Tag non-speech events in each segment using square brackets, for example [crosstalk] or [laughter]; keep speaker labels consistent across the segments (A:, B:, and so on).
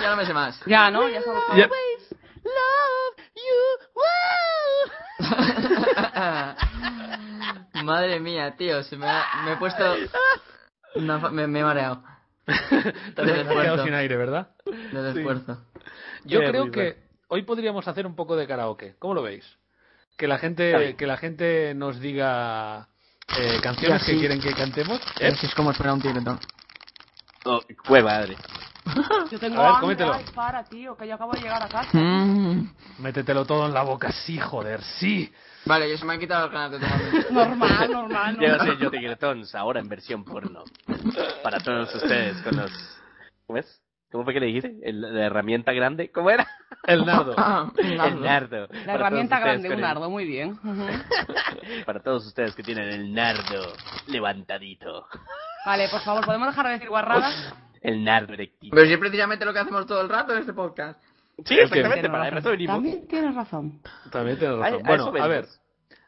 A: Ya no me sé más.
B: Ya, ¿no? Ya sabes.
C: Ya.
A: [laughs] Madre mía, tío, se me, ha- me he puesto... una fa- me, me he mareado
C: [laughs] Te has quedado
A: esfuerzo.
C: sin aire, ¿verdad? Eh, pues,
A: del
C: Sí.
A: esfuerzo.
C: Yo
D: Qué
C: creo
D: horrible.
C: que hoy podríamos hacer un poco de karaoke. ¿Cómo lo veis? Que la gente, que la gente nos diga eh, canciones
A: así-
C: que quieren que cantemos.
A: Pero si es como esperar un tigretón.
D: Oh, cueva, Adri.
B: Yo tengo
C: A ver,
B: hambre.
C: cómetelo.
B: Ay, para, tío, que yo acabo de llegar a casa. Mm.
C: Métetelo todo en la boca, sí, joder,
D: [laughs]
C: sí.
A: Vale, yo se me han quitado las ganas de tomarme.
B: [laughs] Normal,
A: [laughs]
B: normal.
D: Llega a
B: normal.
D: ser yo Tigretons, ahora en versión porno. Para todos ustedes, con los. ¿Cómo es? ¿Cómo fue que le dijiste? El- la herramienta grande. ¿Cómo era?
C: El nardo.
A: Un
D: El
A: nardo.
D: nardo.
B: La
D: Para
B: herramienta
D: todos
B: grande,
D: ustedes con
B: un
D: el-
B: ardo, muy bien. Ujú.
D: Para todos ustedes que tienen el nardo levantadito.
B: Vale, por favor, ¿podemos dejar de decir guarradas?
D: El nardo erectito.
A: Pero si es precisamente lo que hacemos todo el rato en este podcast.
D: Sí,
C: Es que-
D: exactamente,
B: Tienes
D: para
B: razón.
D: eso venimos.
B: También tienes razón.
C: También tienes
D: A- a
C: razón.
D: eso
C: Bueno, a
D: venimos.
C: ver.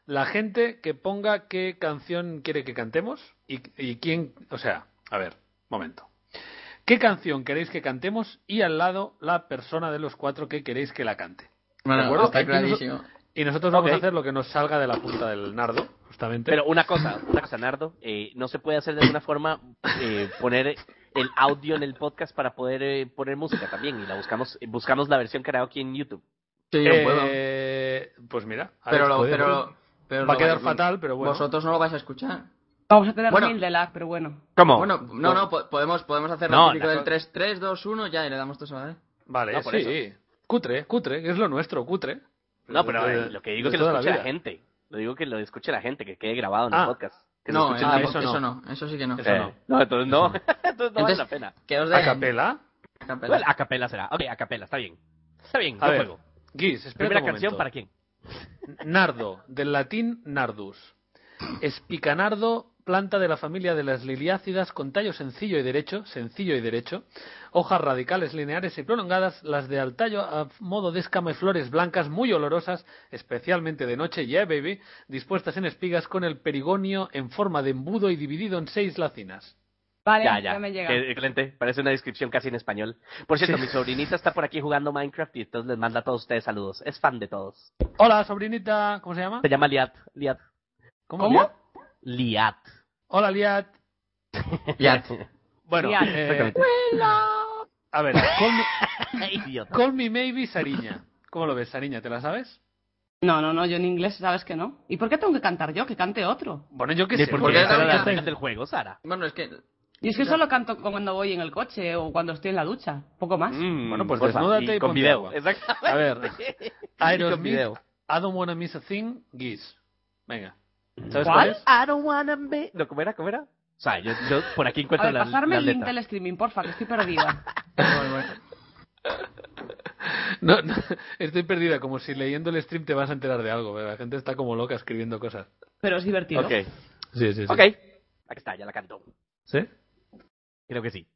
C: La gente que ponga qué canción quiere que cantemos y, y quién. O sea, a ver, momento. ¿Qué canción queréis que cantemos? Y al lado la persona de los cuatro que queréis que la cante.
A: Bueno,
C: acuerdo?
A: está
C: Aquí nosotros-
A: clarísimo.
C: Y nosotros vamos
D: Ok.
C: a hacer lo que nos salga de la punta del nardo, justamente.
D: Pero una cosa, una cosa, Nardo, eh, no se puede hacer de alguna forma eh, poner el audio en el podcast para poder eh, poner música también y la buscamos, eh, buscamos la versión karaoke en YouTube.
A: Sí, yo puedo.
C: Eh, Pues mira,
A: Pero
C: Alex,
A: lo,
C: podemos.
A: pero, pero
C: va a
A: lo
C: quedar
A: vais-
C: fatal, pero bueno.
A: Vosotros no lo vais a escuchar.
B: Vamos a tener
A: Bueno.
B: mil de lag, pero bueno.
D: ¿Cómo?
A: Bueno, no, no, po- podemos, podemos hacer
D: No,
A: lo típico
D: la
A: del
D: co-
A: 3, 3, 2, 1, ya, y le damos todo eso, ¿eh?
C: Vale,
D: No, por
C: sí. Cutre, cutre, que es lo nuestro, cutre.
D: No, pero
C: Pues, De-
D: eh, lo que digo es
C: de
D: que lo
C: toda
D: escuche la,
C: vida.
D: gente. Lo digo que lo escuche la gente, que quede grabado en
C: Ah.
D: el podcast. Que lo
A: No,
D: escuche
A: eh,
C: la
A: tampoco-
C: gente.
A: eso no, eso sí que no.
C: Eso
D: la-
C: no.
D: eh, no, entonces no.
C: [laughs]
D: entonces no vale
A: Entonces,
D: la pena.
A: Que os den
C: ¿A capela?
A: a capela.
D: Bueno, a capela será. Ok, a capela, está bien. Está bien,
C: A
D: yo
C: ver,
D: juego.
C: Guis, espera
D: Primera
C: un
D: canción,
C: momento.
D: ¿para quién?
C: Nardo, del latín nardus. Espicanardo, planta de la familia de las liliácidas con tallo sencillo y derecho, sencillo y derecho, hojas radicales lineares y prolongadas, las de al tallo a modo de escama y flores blancas muy olorosas, especialmente de noche, yeah baby, dispuestas en espigas con el perigonio en forma de embudo y dividido en seis lacinas.
B: Vale,
D: Ya,
B: ya,
D: ya.
B: me llega.
D: Eh, Excelente. Parece una descripción casi en español. Por cierto,
C: Sí.
D: mi sobrinita está por aquí jugando Minecraft y entonces les manda a todos ustedes saludos. Es fan de todos.
C: Hola, sobrinita, ¿cómo se llama?
D: Se llama Liat. Liat.
C: ¿Cómo?
B: ¿Cómo?
C: Liat?
D: Liat.
C: Hola, Liat.
A: Ya.
C: Bueno,
B: Liat.
C: eh,
D: Exactamente.
C: a ver, call
D: [laughs]
C: me,
D: Idiota.
C: call me maybe Sariña. ¿Cómo lo ves, Sariña? ¿Te la sabes?
B: No, no, no, yo en inglés sabes que no. ¿Y por qué tengo que cantar yo? Que cante otro.
C: Bueno, yo qué
D: Sí,
C: sé.
D: porque
A: ¿por qué
C: porque
D: esa
A: no
D: era la
A: cantas?
D: regla del juego, Sara.
A: [laughs] Bueno, es que...
B: Y es que solo canto cuando voy en el coche o cuando estoy en la ducha. Poco más.
C: Bueno, pues
D: porfa,
C: desnúdate y
D: con
C: ponte
D: video.
C: agua. [laughs]
D: Exactamente.
C: A ver, Ah,
A: Con
C: Aerosmith,
A: video.
C: I don't wanna miss a thing, Geese. Venga. ¿Sabes
B: ¿Cuál?
C: cuál es?
D: I don't wanna be... No, ¿Cómo era? ¿Cómo era? O sea, yo, yo por
B: A
D: aquí encuentro
B: ver,
D: la,
B: pasarme
D: la
B: el link
D: letra.
B: del streaming, porfa, que estoy
C: [laughs]
B: perdida.
A: bueno, bueno.
C: No, [laughs] no, estoy perdida, como si leyendo el stream te vas a enterar de algo. pero La gente está como loca escribiendo cosas.
B: Pero es divertido.
D: Ok.
C: Sí, sí, sí.
D: Ok. Aquí está, ya la canto.
C: ¿Sí?
D: Creo que sí.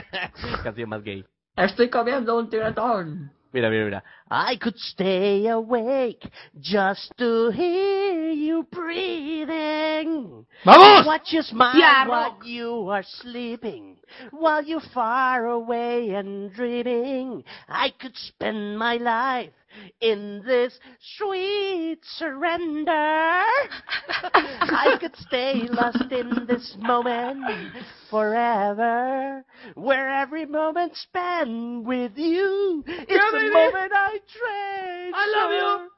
D: [laughs] Canción más gay.
A: Estoy comiendo un tigretón.
D: Mira, mira, mira. I could stay awake just to hear you breathing.
C: ¡Vamos!
D: Watch your smile
B: Yeah,
D: while
B: rock.
D: you are sleeping. While you're far away and dreaming, I could spend my life in this sweet surrender. I could stay lost in this moment forever, where every moment spent with you is
A: Yeah,
D: the
A: baby.
D: moment I treasure.
A: I love you.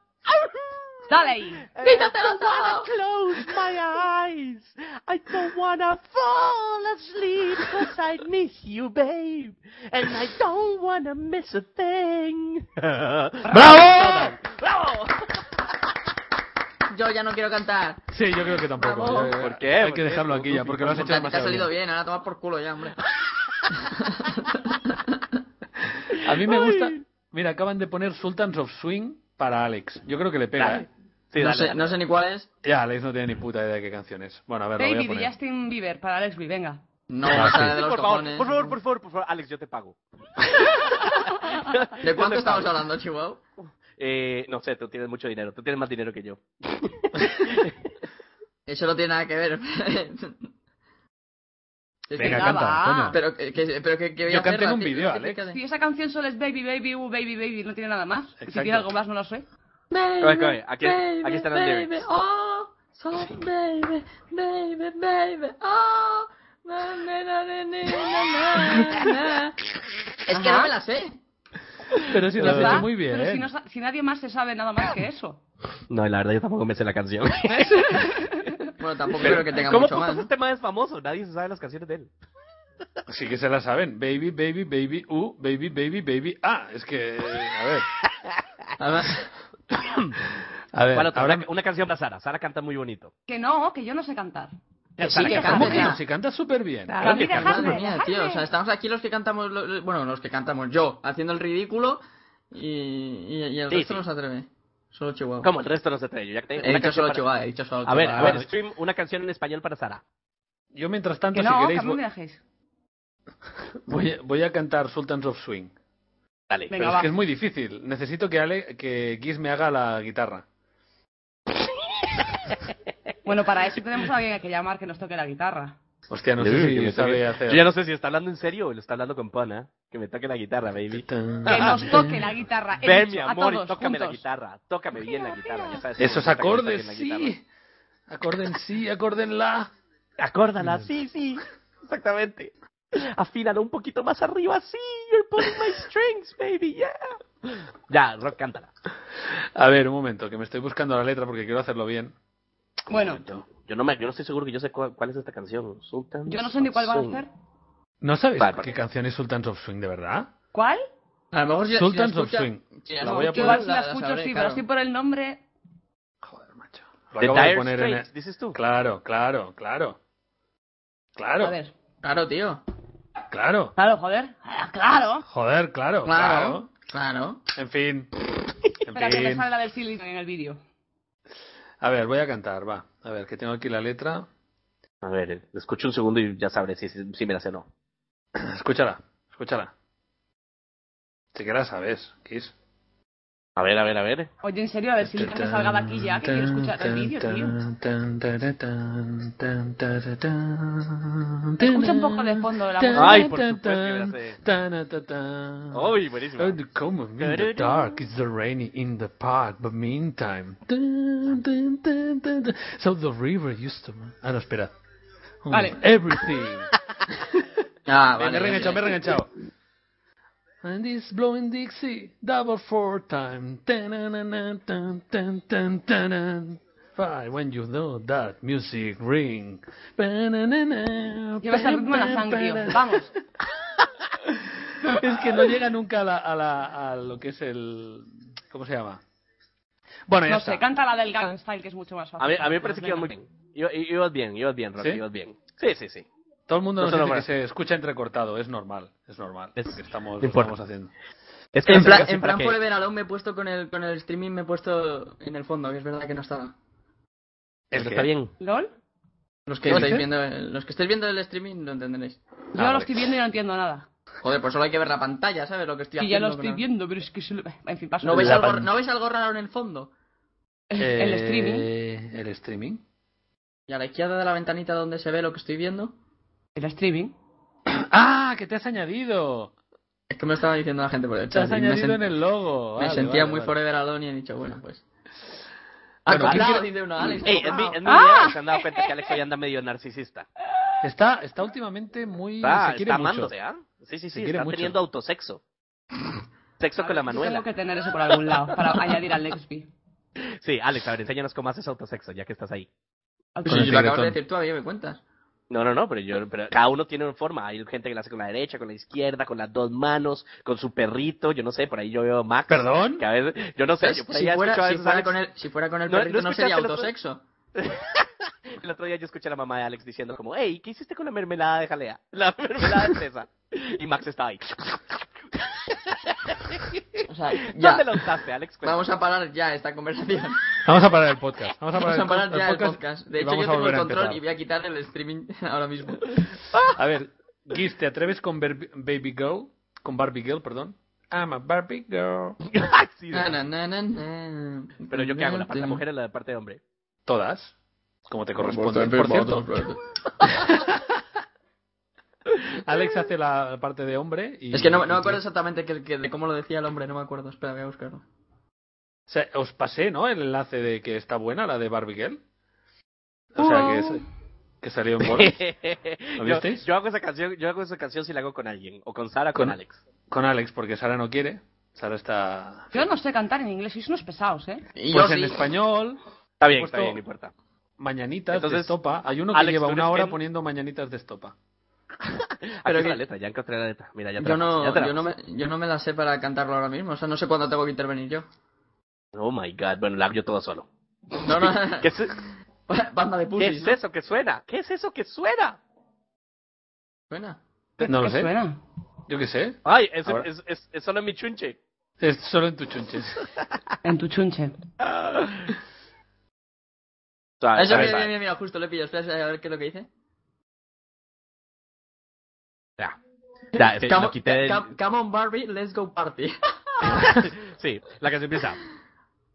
B: Dale ahí.
D: And I
A: Quítate
D: don't
A: los
D: wanna
A: ojos.
D: close my eyes. I don't wanna fall asleep 'cause I miss you, babe. And I don't wanna miss a thing.
C: ¡Bravo!
D: ¡Bravo!
A: Yo ya no quiero cantar.
C: Sí, yo creo que tampoco.
A: Vamos.
C: Ya, ya,
D: ¿Por qué?
C: Hay
D: ¿Por
C: que
D: qué?
C: dejarlo aquí ya, porque lo has
A: Porque
C: hecho
A: a ti te ha
C: demasiado
A: salido
C: bien.
A: bien, ahora toma por culo ya, hombre.
C: A mí me gusta... Mira, acaban de poner Sultans of Swing para Alex. Yo creo que le pega,
D: Dale.
C: ¿eh?
D: [laughs] Sí,
A: no,
D: dale,
A: sé,
D: dale.
A: no sé ni cuál es.
C: Ya, Alex no tiene ni puta idea de qué canción es. Bueno, a ver, lo voy a
B: David y
C: poner.
B: Justin Bieber para Alex B. Venga.
A: No,
C: Ah,
A: esa
C: sí.
A: de los
D: por, favor,
A: cojones.
D: por favor, por favor, por favor, Alex, yo te pago.
A: [laughs] ¿De cuánto estamos hablando, Chihuahua?
D: Eh, no sé, tú tienes mucho dinero, tú tienes más dinero que yo.
A: Eso no tiene nada que ver. Es que-
C: Venga,
B: Venga,
C: canta,
B: va.
C: coño.
A: Ah, Pero que, que- pero que, que voy a
C: Yo
A: hacer,
C: canté en un
A: Rati-
C: vídeo,
A: ¿qué-
C: Alex.
A: qué- qué-
B: Si esa canción solo es Baby, Baby, uh, Baby, Baby, no tiene nada más. Y Si
C: Exacto.
B: tiene algo más, no lo sé.
D: A ver, coño, aquí, aquí están los lyrics.
A: oh. Es que
B: Ajá.
A: no me la sé.
C: Pero si lo has
B: ¿Verdad?
C: hecho muy bien.
B: Pero si, no sa- si nadie más se sabe nada más que eso.
D: No, la verdad, yo tampoco me sé
A: [laughs]
D: la canción.
A: Bueno, tampoco
D: Pero,
A: creo que tenga
D: ¿Cómo
A: mucho
D: putas
A: más.
D: este tema es famoso? Nadie se sabe las canciones de él.
C: Sí que se la saben. Baby, baby, baby, uh, baby, baby, baby. Ah, es que... A ver.
A: Además,
C: A ver,
D: ¿Cuál otra?
C: ahora...
D: Una, una canción para Sara. Sara canta muy bonito.
B: Que no, que yo no sé cantar.
A: que sí,
D: Sara
A: que
D: canta
C: ¿Cómo
D: muy
C: que
A: canta.
C: no? Si canta súper bien.
B: Claro,
C: Claro que
B: mira,
C: canta.
B: Hazme,
A: Madre mía, tío, o sea,
B: hazme.
A: estamos aquí los que cantamos, lo- lo- bueno, los que cantamos yo, haciendo el ridículo y, y, y el
D: Sí,
A: resto
D: sí.
A: no se atreve. Solo Chihuahua.
D: ¿Cómo? El resto no se trae yo. Ya que
B: Eh,
D: tengo
A: He
D: una
A: dicho
D: canción
A: solo
D: para-
A: Chihuahua, he dicho solo
D: A ver,
B: Ah,
A: Chihuahua.
D: a ver, stream una canción en español para Sara.
C: Yo mientras tanto,
B: Que
C: si
B: no, que
C: queréis,
B: a mí me
C: voy-
B: dejéis.
C: voy a, voy a cantar Sultans of Swing.
D: Dale.
B: Venga,
C: Pero es
B: Ah, va.
C: que es muy difícil. Necesito que, Ale, que Giz me haga la guitarra.
B: Bueno, para eso tenemos a alguien que llamar que nos toque la guitarra.
C: Hostia, no
D: Uy,
C: sé
D: que
C: si
D: me
C: sabe
D: toque-
C: hacer...
D: Yo ya no sé si está hablando en serio o lo está hablando con pana. Que me toque la guitarra, baby.
B: Que nos toque la guitarra. He
D: Ven,
B: dicho,
D: mi
B: a
D: amor, y
B: todos,
D: tócame la
B: juntos.
D: guitarra. Tócame bien la guitarra. Ya sabes
C: Esos
D: cómo me gusta que me
C: acordes,
D: toquen la guitarra.
C: sí. Acorden sí, acorden la. Mm.
D: Acórdala, sí, sí. Exactamente. Afínalo un poquito más arriba, sí. You're pulling my strings, baby, yeah. Ya, Rock, cántala.
C: A ver, un momento, que me estoy buscando la letra porque quiero hacerlo bien.
B: Bueno,
D: Yo, yo no me, yo no estoy seguro que yo sé cuál, cuál es esta canción. Sultan
B: yo no sé ni cuál van a hacer.
C: ¿No sabes
D: Vale.
C: qué canción es Sultans of Swing de verdad?
B: ¿Cuál?
A: A lo mejor si, si la
C: Sultans of
A: escucha,
C: Swing.
A: si la
C: La voy a
A: escucha,
B: Igual
C: poner.
B: si la escucho,
A: sabré,
B: sí, pero
A: claro.
B: así por el nombre.
C: Joder, macho. Lo
D: The
C: acabo de
D: Dire
C: poner en
D: Straits,
C: el-
D: dices tú.
C: Claro, claro, claro.
B: A
C: Claro,
B: ver.
A: Claro, tío.
C: claro.
B: Claro, joder. Ah, Claro.
C: Joder, claro,
A: Claro,
C: claro.
A: claro.
C: En fin.
B: Espera
C: En
B: que me
C: fin.
B: sale la del Silicon en el vídeo.
C: A ver, voy a cantar, va. A ver, que tengo aquí la letra.
D: A ver, escucho un segundo y ya sabré si, si, si me la sé o no.
C: Escúchala, escúchala. Sí que la sabes, Kiss.
D: A ver, a ver, a ver.
B: Oye, en serio, a ver si Lincoln me salga de aquí ya, Pues que quiero escuchar el vídeo, tío. Escucha un poco de fondo de la música.
D: Ay, por supuesto que me la sé. Uy, buenísimo.
C: Oh, come with me in the dark, it's the rainy in the park, but meantime. Dun, dun, dun, dun, dun. So the river used to. Ah, no, espera. Oh,
B: Vale.
C: Everything.
A: Ah,
C: me he
A: vale.
C: reenganchado, me he reenganchado. And it's blowing Dixie, double four time. Tan, tan, tan, tan, tan, tan, tan, tan. Five, when you know that music ring.
B: Llevas
C: Llevas
B: el ritmo en la sangre, tío. Vamos.
C: es que no llega nunca a, la, a, la, a lo que es el. ¿Cómo se llama? Bueno, ya
B: No
C: está.
B: sé, canta la del Gangnam Style, que es mucho más fácil.
D: A mí, a mí me parece que ibas muy
B: Venga.
D: bien. Iba- i- Ibas bien, ibas bien, Rock,
C: ¿Sí?
D: ibas bien. Sí, sí, sí.
C: Todo el mundo
D: No
C: nos
D: se lo
C: dice que
D: parece.
C: se escucha entrecortado, es normal, es normal.
D: Es-
C: porque estamos,
D: no
C: lo
D: importa.
A: [laughs]
C: estamos haciendo.
D: Es
A: En plan, en plan Forever Alone me he puesto con el, con el streaming, me he puesto en el fondo, que es verdad que no estaba.
C: ¿El
D: está
C: qué?
D: bien.
B: ¿Lol?
A: Los que,
C: ¿Lo
A: estáis
C: dices?
A: viendo, el- los que estáis viendo el streaming lo entenderéis.
B: Yo
D: Ah,
B: lo
D: vale.
B: estoy viendo y no entiendo nada.
A: Joder, pues solo hay que ver la pantalla, ¿sabes? Lo que estoy
B: Y ya
A: haciendo.
B: lo estoy
A: con-
B: viendo, pero es que... se lo- En fin, paso.
A: ¿No veis,
C: La
A: algo,
C: pan-
A: ¿No veis algo raro en el fondo?
B: El streaming.
C: Eh, ¿El streaming?
A: Y a la izquierda de la ventanita donde se ve lo que estoy viendo.
B: El streaming.
C: ¡Ah! ¡Que te has añadido!
A: Es que me lo estaba diciendo la gente por el
C: Te
A: chat.
C: has
A: y me
C: añadido
A: sen-
C: en el logo.
A: Me
C: Vale,
A: sentía
C: vale,
A: muy
C: vale.
A: Forever Alone y he dicho, bueno, pues.
C: Ah, ¿con quién
A: Acoplado,
C: quiero-
A: dice uno, Alex.
D: Ey, es mi,
A: acoplado.
D: es mi idea. Se han dado cuenta que Alex hoy anda medio narcisista.
C: Está, está últimamente muy.
D: Está,
C: se quiere
D: está
C: mucho.
D: amándose, ¿ah? Sí,
C: Se
D: sí, sí.
C: quiere
D: Está
C: mucho.
D: teniendo autosexo. Sexo con la Manuela.
B: Tengo que tener eso por algún lado
D: [laughs]
B: para añadir al Lexby.
D: Sí, Alex, a ver, enséñanos cómo haces autosexo, ya que estás ahí.
A: Sí,
C: el
A: lo acabas de
C: reggaetón.
A: decir tú, a mí me cuentas.
D: No, no, no, pero yo, pero cada uno tiene una forma. Hay gente que la hace con la derecha, con la izquierda, con las dos manos, con su perrito, yo no sé, por ahí yo veo a Max.
C: ¿Perdón?
D: que a veces- yo no sé, yo por ahí
A: Si
D: he escuchado
A: fuera,
D: a
A: si
D: veces
A: fuera
D: Alex-
A: con el, si fuera con el
D: No,
A: perrito
D: ¿no
A: no, sería
D: escuchaste el otro-
A: autosexo.
D: [laughs] El otro día yo escuché a la mamá de Alex diciendo como, hey, ¿qué hiciste con la mermelada de jalea? [laughs] La mermelada es esa. Y Max estaba ahí.
A: [laughs] O
D: [laughs]
A: sea, ya.
D: ¿Dónde lo usaste, Alex? Cuenta. [laughs]
A: Vamos a parar ya esta conversación.
C: Vamos a parar el podcast. Vamos a
A: Vamos
C: parar,
A: a parar
C: el,
A: ya el
C: podcast
A: podcast.
C: y
A: De hecho, yo
C: vamos a
A: tengo
C: volver
A: el
C: a
A: control
C: empezar.
A: y voy a quitar el streaming [laughs] ahora mismo.
D: Ah,
C: A ver, Giz, ¿te atreves con Ber- Baby Girl? Con Barbie Girl, perdón. I'm a Barbie Girl.
D: Ay, sí,
A: Na, na, na, na, na.
D: Pero yo qué hago, la parte de mujer o la parte de hombre.
C: Todas. Como te corresponde. Por cierto, Alex hace la parte de hombre. Y,
A: Es que no, no me
C: y-
A: acuerdo exactamente que, que- de cómo lo decía el hombre, no me acuerdo. Espera, voy a buscarlo.
C: O sea, os pasé, ¿no? El enlace de que está buena la de Barbie Girl. O sea, que,
A: Uh.
C: es- que salió en
D: [laughs]
A: [laughs]
C: bolas. ¿Lo
D: yo,
C: visteis?
D: yo hago esa canción, yo hago esa canción si la hago con alguien, o con Sara o con,
C: Con-
D: Alex.
C: Con Alex, porque Sara no quiere. Sara está.
B: Yo no sé cantar en inglés, sois unos pesados, ¿eh?
A: Y
C: Pues
A: yo
C: en
A: sí.
C: español,
D: Está bien,
C: Puesto-
D: está bien, no importa.
C: mañanitas de
D: Entonces,
C: estopa. Hay uno que
D: Alex,
C: lleva
D: ¿tú
C: una
D: eres
C: hora
D: quién?
C: poniendo mañanitas de estopa.
D: Aquí
A: Pero
D: está
A: que-
D: la letra, ya encontré la letra. Mira, ya te
A: Yo
D: la paso,
A: no,
D: ya te la
A: yo, no
D: paso.
A: me, yo no me la sé para cantarlo ahora mismo. O sea, no sé cuándo tengo que intervenir yo.
D: Oh my god, bueno, la hago yo todo solo. [laughs]
A: No, no.
D: ¿Qué es, e-
A: [laughs] Banda de
D: qué
A: pussies,
D: es
A: ¿no?
D: eso que suena? ¿Qué es eso que suena?
A: Suena.
C: No lo
B: ¿Qué
C: sé.
B: suena?
C: Yo qué sé.
D: Ay, es,
C: Ahora-
D: es, es, es solo mi chunche.
C: Es solo en tu chunches.
B: En tu chunche.
D: [laughs] Ah,
A: Eso,
D: a ver,
A: mira, mira,
D: a ver.
A: mira, mira, justo lo pillo. Espera, espera, a ver qué es lo que dice.
D: Ya. Ya, es que
A: Come,
D: Eh, lo quité del-
A: come- come on, Barbie, let's go party.
E: [laughs]
D: Sí, la canción empieza.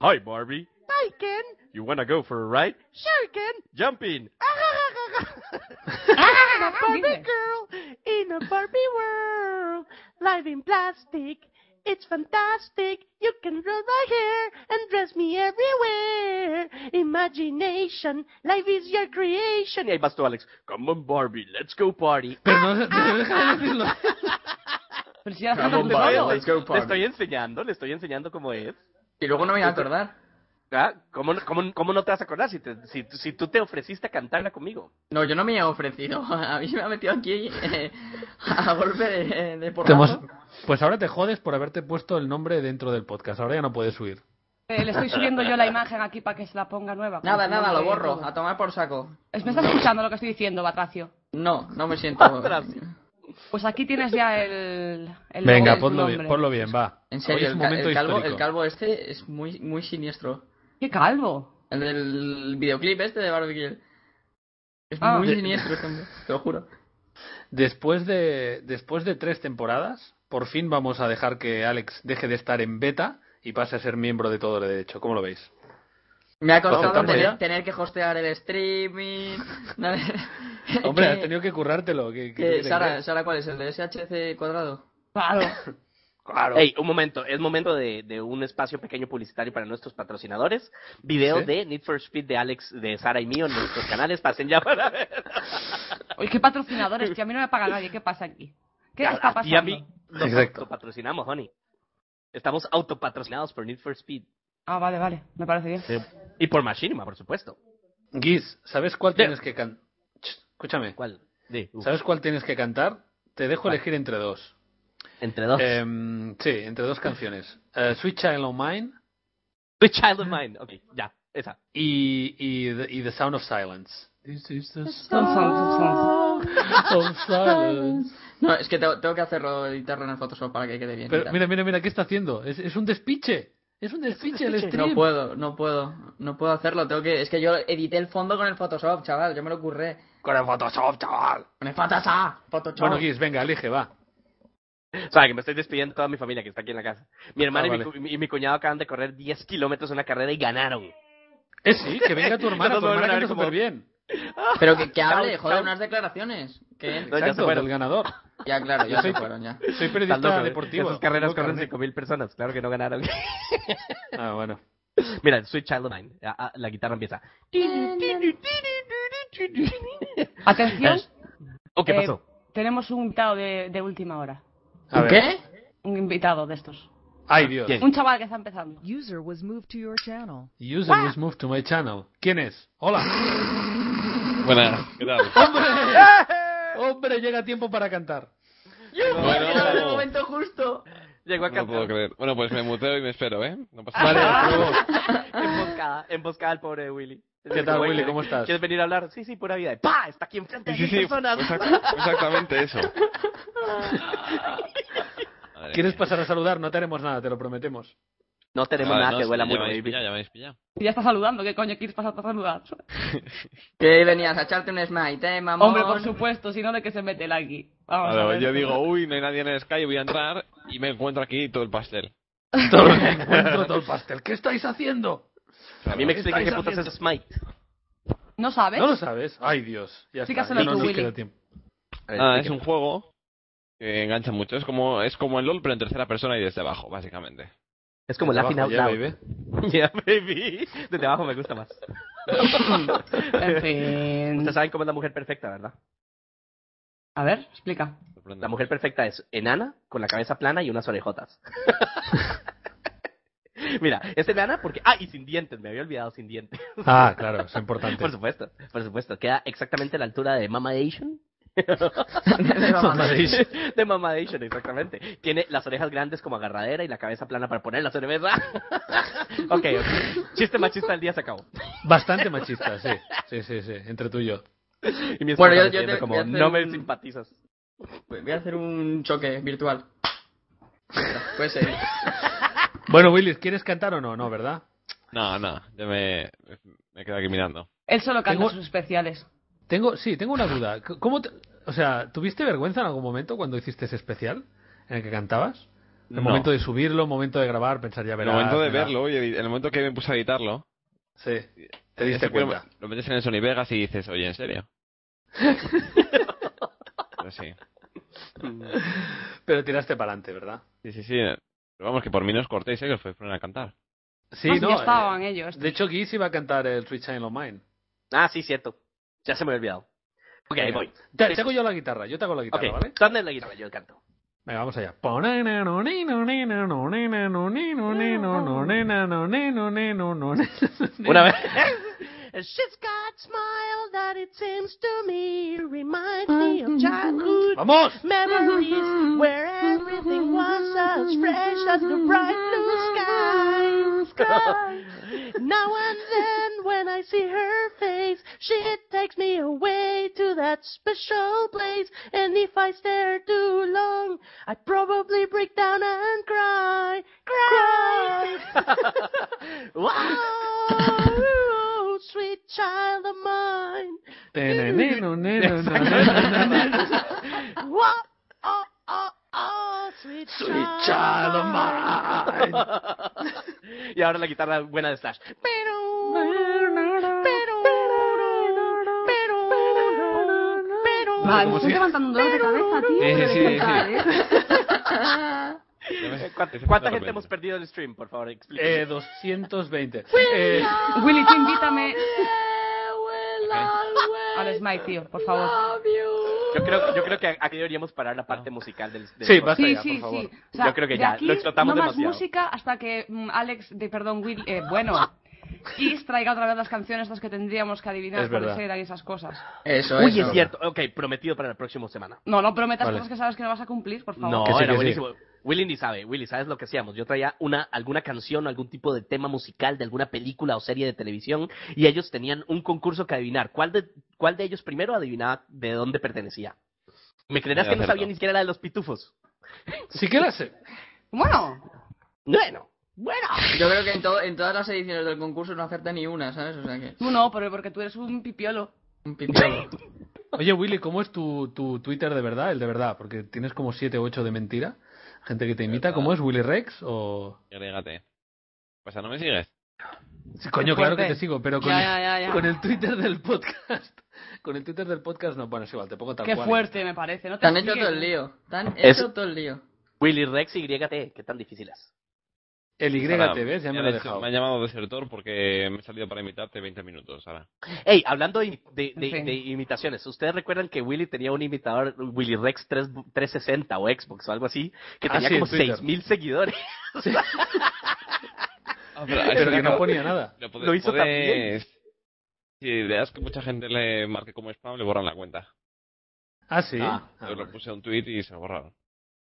D: Hi, Barbie. Hi, Ken. You wanna go for a ride? Sure, Ken.
E: [laughs]
D: Jumping. [laughs]
B: Ah,
E: Barbie
B: dice.
E: girl in a Barbie world. Live in plastic. It's fantastic. You can roll my hair and dress me everywhere. Imagination. Life is your creation.
D: Y ahí vas tú, Alex. Come on, Barbie. Let's go [laughs] party.
C: Pero no, no deja de decirlo.
B: Pero si ya
A: Come
B: cantas
A: on,
B: de
A: Barbie.
B: todo.
A: let's go
D: le
A: party.
D: estoy enseñando, le estoy enseñando cómo es.
A: Y luego no me voy a acordar.
D: Ah, ¿Cómo, no- cómo, cómo no te vas a acordar si, te- si, si tú te ofreciste a cantarla conmigo?
A: No, yo no me he ofrecido. A mí me ha metido aquí eh, a golpe de, de
C: Te
A: porrazo.
C: hemos- Pues ahora te jodes por haberte puesto el nombre dentro del podcast. Ahora ya no puedes subir.
B: Eh, le estoy subiendo yo la imagen aquí para que se la ponga nueva.
A: Nada,
B: Con tu
A: nada, lo
B: nombre y
A: borro.
B: todo.
A: A tomar por saco.
B: Es- ¿Me estás escuchando lo que estoy diciendo, Batracio?
A: No, no me siento.
D: Ostras.
B: Pues aquí tienes ya el... el logo de
C: Venga,
B: tu
C: ponlo bien,
B: nombre.
C: ponlo bien, va.
A: En
C: Hoy
A: serio,
C: es
A: el,
C: un
A: ca-
C: momento
A: el calvo,
C: histórico.
A: el calvo este es muy, muy siniestro.
B: ¡Qué calvo!
A: El del videoclip este de Barbie Girl. Es
B: Ah.
A: muy
B: De-
A: siniestro este hombre, te lo juro.
C: Después de, después de tres temporadas, por fin vamos a dejar que Alex deje de estar en beta y pase a ser miembro de todo derecho. ¿Cómo
A: [laughs]
C: lo veis?
A: Me ha
C: ¿Lo
A: costado
C: aceptamos
A: tener,
C: ya?
A: tener que hostear el streaming. [laughs] nada-
C: Hombre,
A: que-
C: has tenido que currártelo. que- que-
A: que-
C: que-
A: Eh, Sara, Sara, ¿cuál es? ¿El de SHC cuadrado?
B: Claro.
C: Claro.
D: Hey, un momento, es momento de, de un espacio pequeño publicitario para nuestros patrocinadores. Video
C: ¿Sí?
D: de Need for Speed de Alex, de Sara y mío en nuestros canales. Pasen ya para ver.
B: Oye, qué patrocinadores, que a mí no me paga nadie. ¿Qué pasa aquí? ¿Qué
D: Ya,
B: está
D: a ti y a
B: pasando?
D: mí nos
C: Exacto.
D: autopatrocinamos, honey. Estamos autopatrocinados por Need for Speed.
B: Ah, vale, vale. Me parece bien.
D: Y por Machinima, por supuesto.
C: Guis, ¿sabes cuál
D: De-
C: tienes que cantar? Escúchame.
D: ¿Cuál? Sí, uf.
C: ¿Sabes cuál tienes que cantar? Te dejo
D: ¿Cuál?
C: elegir entre dos.
D: Entre dos.
C: Em, sí, entre dos canciones. Eh, Sweet Child of Mine
D: The Child of Mine. Ok, ya, esa.
C: y, y, the, y The Sound of Silence. This is the
B: Son, son, son, son.
C: sound of silence.
A: No, es que tengo, tengo que hacerlo, editarlo en el Photoshop para que quede bien. y
C: Pero
A: tal.
C: mira, mira, mira, ¿qué está haciendo? Es, es un despiche. Es un despiche el stream.
A: No puedo, no puedo, no puedo hacerlo. Tengo que, es que yo edité el fondo con el Photoshop, chaval. Yo me lo curré.
C: Con el Photoshop, chaval.
A: Con el Photoshop, Photoshop.
C: Bueno, Guis, venga, elige, va.
D: O sea, que me estoy despidiendo de toda mi familia que está aquí en la casa. Mi hermana
C: Ah,
D: y, mi
C: vale.
D: cu- y mi, cuñado acaban de correr 10 kilómetros en una carrera y ganaron.
C: Eh, sí, que venga tu
D: [laughs]
C: hermana,
D: Nos
C: tu
D: vuelven
C: hermana
D: a
C: canta
D: ver como-
C: súper bien.
A: Pero que, que hable,
D: Chao,
A: joder,
D: chao.
A: unas declaraciones. Que entre.
D: No, ya se
C: Exacto,
D: fueron.
C: el ganador.
A: Ya, claro,
C: Yo
A: ya
C: soy-
A: se fueron,
C: [laughs]
A: ya.
C: Soy
D: Están
C: periodista
D: locos, ¿eh?
C: deportivo.
D: Esas carreras
C: Tengo
D: corren
C: carnet.
D: 5.000 personas, claro que no ganaron. [laughs]
C: Ah, bueno.
D: Mira, Sweet Child of Mine. Ah, ah, La guitarra empieza. Eh,
B: Atención.
D: ¿O qué
B: eh,
D: pasó?
B: tenemos un invitado de, de última hora.
C: A ver.
A: ¿Qué?
B: Un invitado de estos.
C: Ay, Dios.
D: ¿Quién?
B: Un chaval que está empezando.
F: User
D: Ah.
F: was moved to your channel.
D: [laughs]
C: User is moved to my channel. ¿Quién es? Hola.
F: Buenas, ¿qué tal?
C: ¡Hombre! ¡Hombre, llega tiempo para cantar!
A: Era el
F: Bueno,
A: momento justo.
D: Llegó a
F: no
D: cantar.
F: puedo creer. Bueno, pues me muteo y me espero, ¿eh? No pasa
C: Vale,
F: nada.
C: hasta luego.
D: emboscada, emboscada al pobre Willy.
C: ¿Qué tal, Willy? ¿Cómo estás?
D: ¿Quieres venir a hablar? Sí, sí, pura vida. Y ¡Pah! Está aquí enfrente de
F: Sí, sí, sí,
D: personas.
F: exact- exactamente eso. Madre
C: ¿Quieres
F: mía.
C: pasar a saludar? No te haremos nada, te lo prometemos.
D: No tenemos
F: Vale,
D: nada
F: Ah, no,
D: que
F: sí,
D: huela
F: ya
D: mucho,
F: me habéis
D: baby.
F: pillado, ya me habéis pillado.
B: Ya está saludando, ¿qué coño quieres pasar para saludar?
A: Que venías a echarte un smite, eh, mamón.
B: Hombre, por supuesto, si no, ¿de qué se mete el aquí? Vamos a
F: Claro,
B: ver.
F: yo digo, "Oh". uy, no hay nadie en el Sky, voy a entrar y me encuentro aquí todo el pastel.
C: [laughs] Todo el [laughs] encuentro, todo el pastel. ¿Qué estáis haciendo?
D: A mí me explica
C: estáis
D: qué putas
C: haciendo?
D: es Smite.
B: ¿No sabes?
C: No lo sabes. Ay, Dios. Ya está.
B: Explícaselo
C: ya no
B: tú,
C: nos
B: Willy.
C: queda tiempo.
F: Ah, es un juego que engancha mucho. Es como, es como el LOL, pero en tercera persona y desde abajo, básicamente.
D: Es como la
C: Abajo,
D: final.
C: ya, baby.
D: [laughs] Yeah, baby. Desde abajo me gusta más.
B: En fin.
A: Mm.
D: Ustedes saben cómo es la mujer perfecta, ¿verdad?
B: A ver, explica.
F: Sorprende.
D: La mujer perfecta es enana, con la cabeza plana y
A: [laughs]
D: unas orejotas. Mira, es enana porque... Ah, y sin dientes, me había olvidado sin dientes.
C: Ah, claro, es importante.
D: Por supuesto, por supuesto. Queda exactamente a la altura de Mama Asian. [laughs] de Mamadation, exactamente. Tiene las orejas grandes como agarradera y la cabeza plana para poner la cerveza. [laughs] ok, ok. Chiste machista del día se acabó.
C: Bastante machista, sí. Sí, sí, sí. Entre tú y yo.
D: Y mi
A: Bueno,
D: esposa
A: yo- yo
D: diciendo
A: te- voy a
D: como,
A: hacer
D: no me
A: un-
D: simpatizas.
A: Voy a hacer un choque virtual. Pues eh,
C: Bueno, Willy, ¿quieres cantar o no? No, ¿verdad?
F: No, no, yo me, me quedo aquí mirando.
B: Él solo canta
C: Tengo-
B: sus especiales.
C: Tengo, sí, tengo una duda. C- ¿Cómo te- o sea, ¿tuviste vergüenza en algún momento cuando hiciste ese especial en el que cantabas? El
F: No.
C: momento de subirlo, el momento de grabar, pensar ya
F: En
C: verás.
F: el momento de
C: verás.
F: verlo y edi- en el momento que me puse a editarlo,
C: Sí. Te
F: eso
C: diste
F: que lo-
C: cuenta.
F: Lo metes en el Sony Vegas y dices, oye,
C: [laughs]
F: ¿en serio? Pero sí.
C: [laughs] Pero tiraste para adelante, ¿verdad?
F: Sí, sí, sí. Pero vamos, que por mí no os cortéis, ¿eh? que os podéis poner a cantar.
C: Sí,
B: Ah,
C: no.
B: ya
C: eh,
B: estaban ellos.
C: de hecho, Guy se iba a cantar el Sweet Child O' Mine.
D: Ah, sí, cierto. Ya se me había olvidado. Ok, ahí voy.
C: Te, te hago yo la guitarra, yo te hago la
D: Ok,
C: guitarra, ¿vale?
D: tú anda en la guitarra, yo canto.
C: Venga, vamos allá. Una
D: Una
C: [laughs]
D: vez.
E: She's got smile that it seems to me reminds me of childhood
C: ¡Vamos!
E: memories where everything was as fresh as the bright blue sky. sky. Now and then, when I see her face, she takes me away to that special place. And if I stare too long, I probably break down and cry, cry. wow, sweet child of mine. Wow, oh, oh, oh, sweet,
C: Sweet child of mine.
D: [laughs] y ahora la guitarra buena de
C: [laughs]
D: Slash.
E: Pero, pero, pero, pero.
B: Vale, me
C: como
B: estoy
C: si-
B: levantando un dolor de cabeza, tío.
F: Sí, sí,
B: de
F: sí, sí.
B: cantar, ¿eh?
D: Eh, ¿Cuánta, cuánta gente hemos perdido en el stream? Por favor, explícame.
C: Eh, 220. Eh,
B: Willy, tú invítame al Smite, tío, por favor.
D: Yo creo, yo creo que aquí deberíamos parar la parte musical del, del
C: Ah. Sí,
D: podcast.
C: basta
B: Sí,
C: ya,
B: sí,
C: por favor.
B: sí. O sea,
D: Yo creo que
B: de
D: ya,
B: aquí,
D: lo explotamos
B: no
D: demasiado.
B: más música hasta que mm, Alex, de, perdón, Will, eh, bueno, Is traiga otra vez las canciones las que tendríamos que adivinar
C: Es
B: cuáles
C: verdad.
B: eran y esas cosas.
A: eso
D: Uy, es
A: eso.
D: cierto. Ok, prometido para la próxima semana.
B: No, no prometas
C: Vale.
B: cosas que sabes que no vas a cumplir, por favor.
D: No,
C: Que sí,
D: era
C: que sí.
D: buenísimo. Willy ni sabe, Willy, ¿sabes lo que hacíamos? Yo traía una, alguna canción, algún tipo de tema musical de alguna película o serie de televisión y ellos tenían un concurso que adivinar. ¿Cuál de, cuál de ellos primero adivinaba de dónde pertenecía? ¿Me creerás
F: Ya,
D: que no
F: cierto.
D: sabía ni siquiera la de los pitufos?
C: Sí que la sé.
B: Bueno,
D: Bueno, bueno.
A: Yo creo que en, todo, en todas las ediciones del concurso no acerté ni una, ¿sabes? O sea que.
B: tú no, pero porque tú eres un pipiolo.
A: Un pipiolo.
C: Oye, Willy, ¿cómo es tu, tu Twitter de verdad? El de verdad, porque tienes como 7 o 8 de mentira. Gente que te imita.
F: verdad.
C: ¿Cómo es Willy Rex? O...
F: Agrégate. Pasa, ¿no me sigues?
C: Sí, coño, claro que
B: Fuerte.
C: te sigo, pero con,
B: Ya, ya, ya, ya.
C: con el Twitter del podcast. [laughs] Con el Twitter del podcast, no, bueno, es igual, te pongo tal
B: Qué
C: cual.
B: fuerte, me parece. No
A: Te
B: te
A: han hecho
B: expliques.
A: todo el lío. Te han
D: Es-
A: hecho todo el lío.
D: Willy Rex y YT, qué tan difícil es.
C: El Y,
F: Ahora,
C: ¿ves? Ya me
F: ya
C: lo he
F: des-
C: dejado.
F: Me han llamado desertor porque me he salido para invitarte 20 minutos ahora.
D: Hey, hablando de, de- de-
B: En fin.
D: de imitaciones, ¿ustedes recuerdan que Willy tenía un imitador, Willy Rex 3, 360 o Xbox o algo así, que
C: Ah,
D: tenía
C: sí, en
D: como
C: Twitter.
D: 6.000 seguidores?
F: pero
C: Pero que no ponía nada.
F: Lo, pode-
D: Lo hizo
F: podéis- Si das que mucha gente le marque como spam, le borran la cuenta.
C: Ah, sí.
D: Ah.
F: Yo lo puse en un tweet y se lo borraron.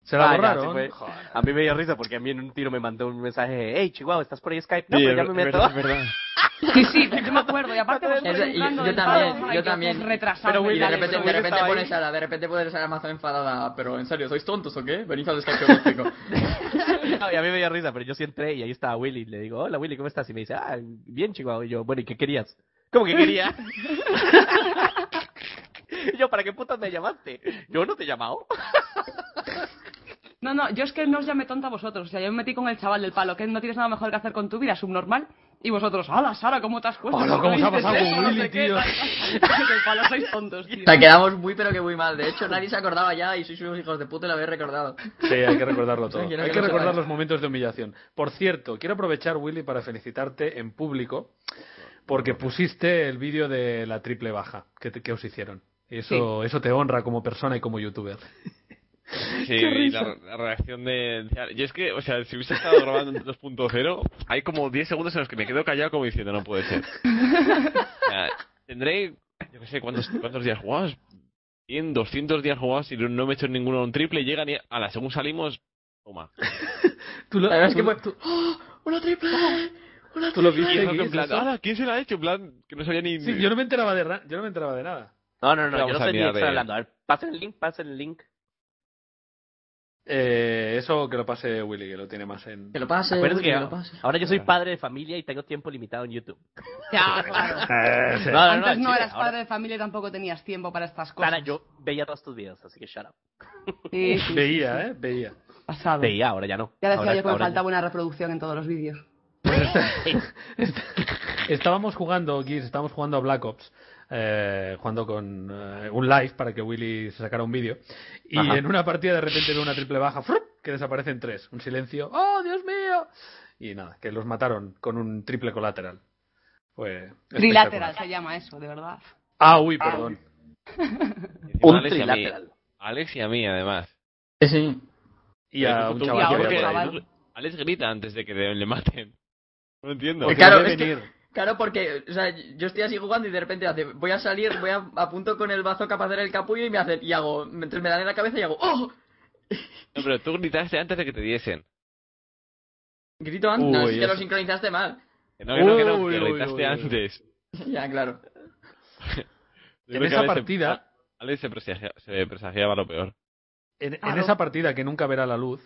C: Se la
D: Ah, ya, se
C: borraron.
D: fue.
C: Joder.
D: A mí me dio risa porque a mí en un tiro me mandó un mensaje, hey, Chihuahua, ¿estás por ahí Skype? No,
F: Sí,
D: pues ya
F: es
D: me
F: ver-
D: meto.
F: es verdad.
B: Sí, sí, yo me acuerdo. Y aparte vosotros
A: Eso- y-
B: entrando
A: yo
B: del
A: también,
B: palo, ay,
A: yo
B: qué
A: también.
B: retrasados
D: Pero, güey,
A: Y de
D: Dale,
B: mentales,
A: repente,
D: pero
A: de
D: Will
A: repente
D: estaba
A: pones
D: ahí.
A: a la, de repente pones a la Amazon enfadada, pero en serio, ¿sois tontos o qué? Venid al Skype
D: [laughs]
A: eléctrico.
D: No, y a mí me dio risa, pero yo sí entré y ahí estaba Willy. Le digo, hola Willy, ¿cómo estás? Y me dice, ah, bien Chihuahua. Y yo, bueno, ¿y qué querías? ¿Cómo que quería? [laughs] Y yo, ¿para qué putas me llamaste? Yo no te he llamado.
B: No, no, yo es que no os llamé tonta a vosotros. O sea, yo me metí con el chaval del palo, que no tienes nada mejor que hacer con tu vida, subnormal. Y vosotros, ¡hala, Sara, cómo te has puesto!
C: Hola, ¿cómo se ha
B: ¿Dices
C: pasado
B: eso?
C: con
B: No
C: Willy,
B: sé qué,
C: tío?
B: tal, tal, tal. Del palo sois tontos, tío.
A: O sea, quedamos muy pero que muy mal. De hecho, nadie se acordaba ya y sois unos hijos de puta y lo habéis recordado.
C: Sí, hay que recordarlo todo.
A: Ay, quiero
C: hay
A: que
C: que
A: lo
C: recordar
A: sepáis.
C: los momentos de humillación. Por cierto, quiero aprovechar, Willy, para felicitarte en público porque pusiste el vídeo de la triple baja que, te- que os hicieron. Eso, eso te honra como persona y como youtuber.
F: Sí, y la, la reacción de... Y es que, o sea, si hubiese estado grabando en 2.0, hay como 10 segundos en los que me quedo callado como diciendo, no puede ser. O sea, tendré, yo qué sé, ¿cuántos, cuántos días jugados? 100, 200 días jugados y no- no me he hecho ninguno un triple. Llegan y a la según salimos, toma.
C: Tú lo,
A: La verdad es
C: tú-
A: que fue-
C: tú-
A: ¡Una triple! ¡Una
C: ¡Oh! tú lo
F: Y
C: viste,
F: es lo que en
C: Guis,
F: plan,
C: eso?
F: "Ala, ¿quién se la ha hecho? En plan, que no sabía ni...
C: Sí, yo no me enteraba de, ra- yo no me enteraba de nada.
D: No, no, no,
F: Vamos
D: yo
F: a
D: no sé ni de qué
F: mirar de-
D: están hablando. A ver, pasen el link, pasen el link.
C: Eh, eso que lo pase Willy, que lo tiene más en...
A: Que lo pase,
D: Acuérdate
A: Willy,
D: que
A: que lo pase.
D: ahora yo soy padre de familia y tengo tiempo limitado en YouTube.
B: Ya, claro.
C: Eh, sí.
B: Antes no
D: sí,
B: eras
D: ahora-
B: padre de familia y tampoco tenías tiempo para estas cosas.
D: Sara, yo veía todos tus videos, así que shut up.
B: Sí, sí,
C: Veía, ¿eh? Veía.
B: pasado.
D: Veía, ¿eh? ahora ya no.
B: Ya decía
D: Ahora-
B: yo que me
D: ahora ya-
B: faltaba una reproducción en todos los vídeos.
C: Estábamos jugando, Gears, estábamos jugando a Black Ops, eh, jugando con eh, un live para que Willy se sacara un vídeo. Y
D: Ajá.
C: en una partida de repente veo una triple baja, ¡frup! que desaparecen tres. Un silencio, ¡oh, Dios mío! Y nada, que los mataron con un triple colateral. Fue
B: Trilateral
C: espectacular.
B: se llama eso, de verdad.
C: Ah, uy, perdón.
F: Encima
D: Un
F: Alex y a mí-
D: trilateral.
F: Alex y a mí, además.
A: Sí, sí.
C: Y a un
F: Yo
C: chaval.
B: a
C: que
B: otro
F: creo que
C: había por ahí,
B: chaval.
C: ¿no?
F: Alex grita antes de que le le maten. [laughs] No entiendo.
C: Porque
A: Claro,
C: lo ve
A: es que-
C: venir.
A: Claro, porque o sea, yo estoy así jugando y de repente hace, voy a salir, voy a apunto con el bazo capaz de hacer el capullo y me hacen, y hago, entonces me dan en la cabeza y hago, ¡oh!
F: No, pero tú gritaste antes de que te diesen.
A: Grito antes, no,
C: Uy,
A: es que lo
C: eso.
A: sincronizaste mal. [laughs]
F: Que no, que no, que no,
C: Uy,
F: que
C: uy,
F: gritaste
C: uy, uy.
F: antes.
A: ya, claro.
F: Yo
C: En
F: creo que
C: esa
F: Alex se-
C: partida,
F: Alex se presagiaba, se presagiaba lo peor. [laughs]
C: En, en
B: Claro.
C: esa partida que nunca verá la luz,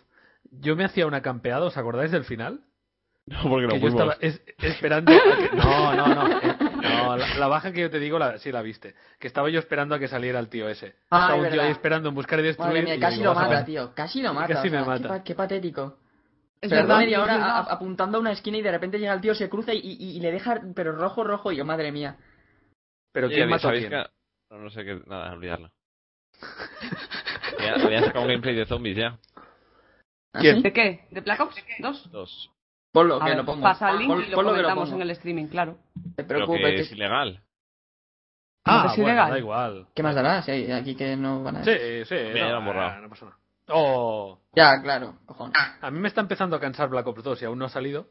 C: yo me hacía una campeada, ¿os acordáis del final?
F: No, porque no
C: que yo
F: fuimos.
C: estaba es- esperando. a que- [laughs] No, no, no. eh, no, la, la baja que yo te digo, la, sí la viste. Que estaba yo esperando a que saliera el tío ese.
A: Ah,
C: estaba
A: es
C: un tío
A: verdad.
C: ahí esperando en buscar y destruir.
A: Madre
C: y
A: mía,
C: yo
A: casi
C: digo,
A: lo
C: vas a
A: mata,
C: ver.
A: tío, casi lo mata.
C: Casi
A: o sea,
C: me mata.
A: Qué, pa- qué patético.
B: Es
A: Pero
B: verdad.
A: media
B: es
A: hora
B: verdad.
A: a- a- apuntando a una esquina y de repente llega el tío, se cruza y, y- y le deja, pero rojo, rojo, y yo, madre mía.
C: Pero
F: Oye,
C: ¿quién mató a
F: ¿sabéis
C: quién?
F: que- No, no sé qué. Nada,
C: [laughs]
F: olvidarlo. ya, habían sacado un gameplay de zombies ya.
A: ¿Ah,
C: ¿Quién?
A: sí?
B: ¿De qué? ¿De Black Ops 2?
F: Dos.
A: Ponlo,
B: A
A: que
B: ver,
A: lo pongo.
B: Pasa el link
A: Pon-
B: y lo
A: ponlo que
B: comentamos
A: pongo.
B: en el streaming, claro.
A: Te
F: Pero que
A: preocupes.
C: [laughs]
F: es ilegal.
C: Ah,
B: es
C: bueno,
B: ilegal.
C: da igual.
A: ¿Qué más dará? Si hay aquí que no van a...
C: Sí, sí.
F: ya lo
C: no,
F: han borrado.
C: no pasa nada. Oh,
A: Ya, claro, cojones.
C: a mí me está empezando a cansar Black Ops 2 y aún no ha salido.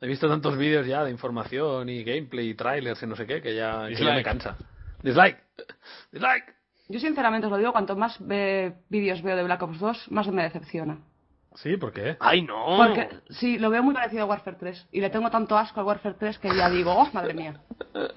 C: He visto tantos vídeos ya de información y gameplay y trailers y no sé qué que ya, que ya
F: Dislike.
C: me cansa. Dislike. [laughs] Dislike.
B: Yo sinceramente os lo digo, cuanto más eh, vídeos veo de Black Ops 2, más me decepciona.
C: Sí, ¿por qué?
D: Ay, no.
B: Porque sí, lo veo muy parecido a Warfare 3 y le tengo tanto asco al Warfare 3 que ya digo, oh, madre mía.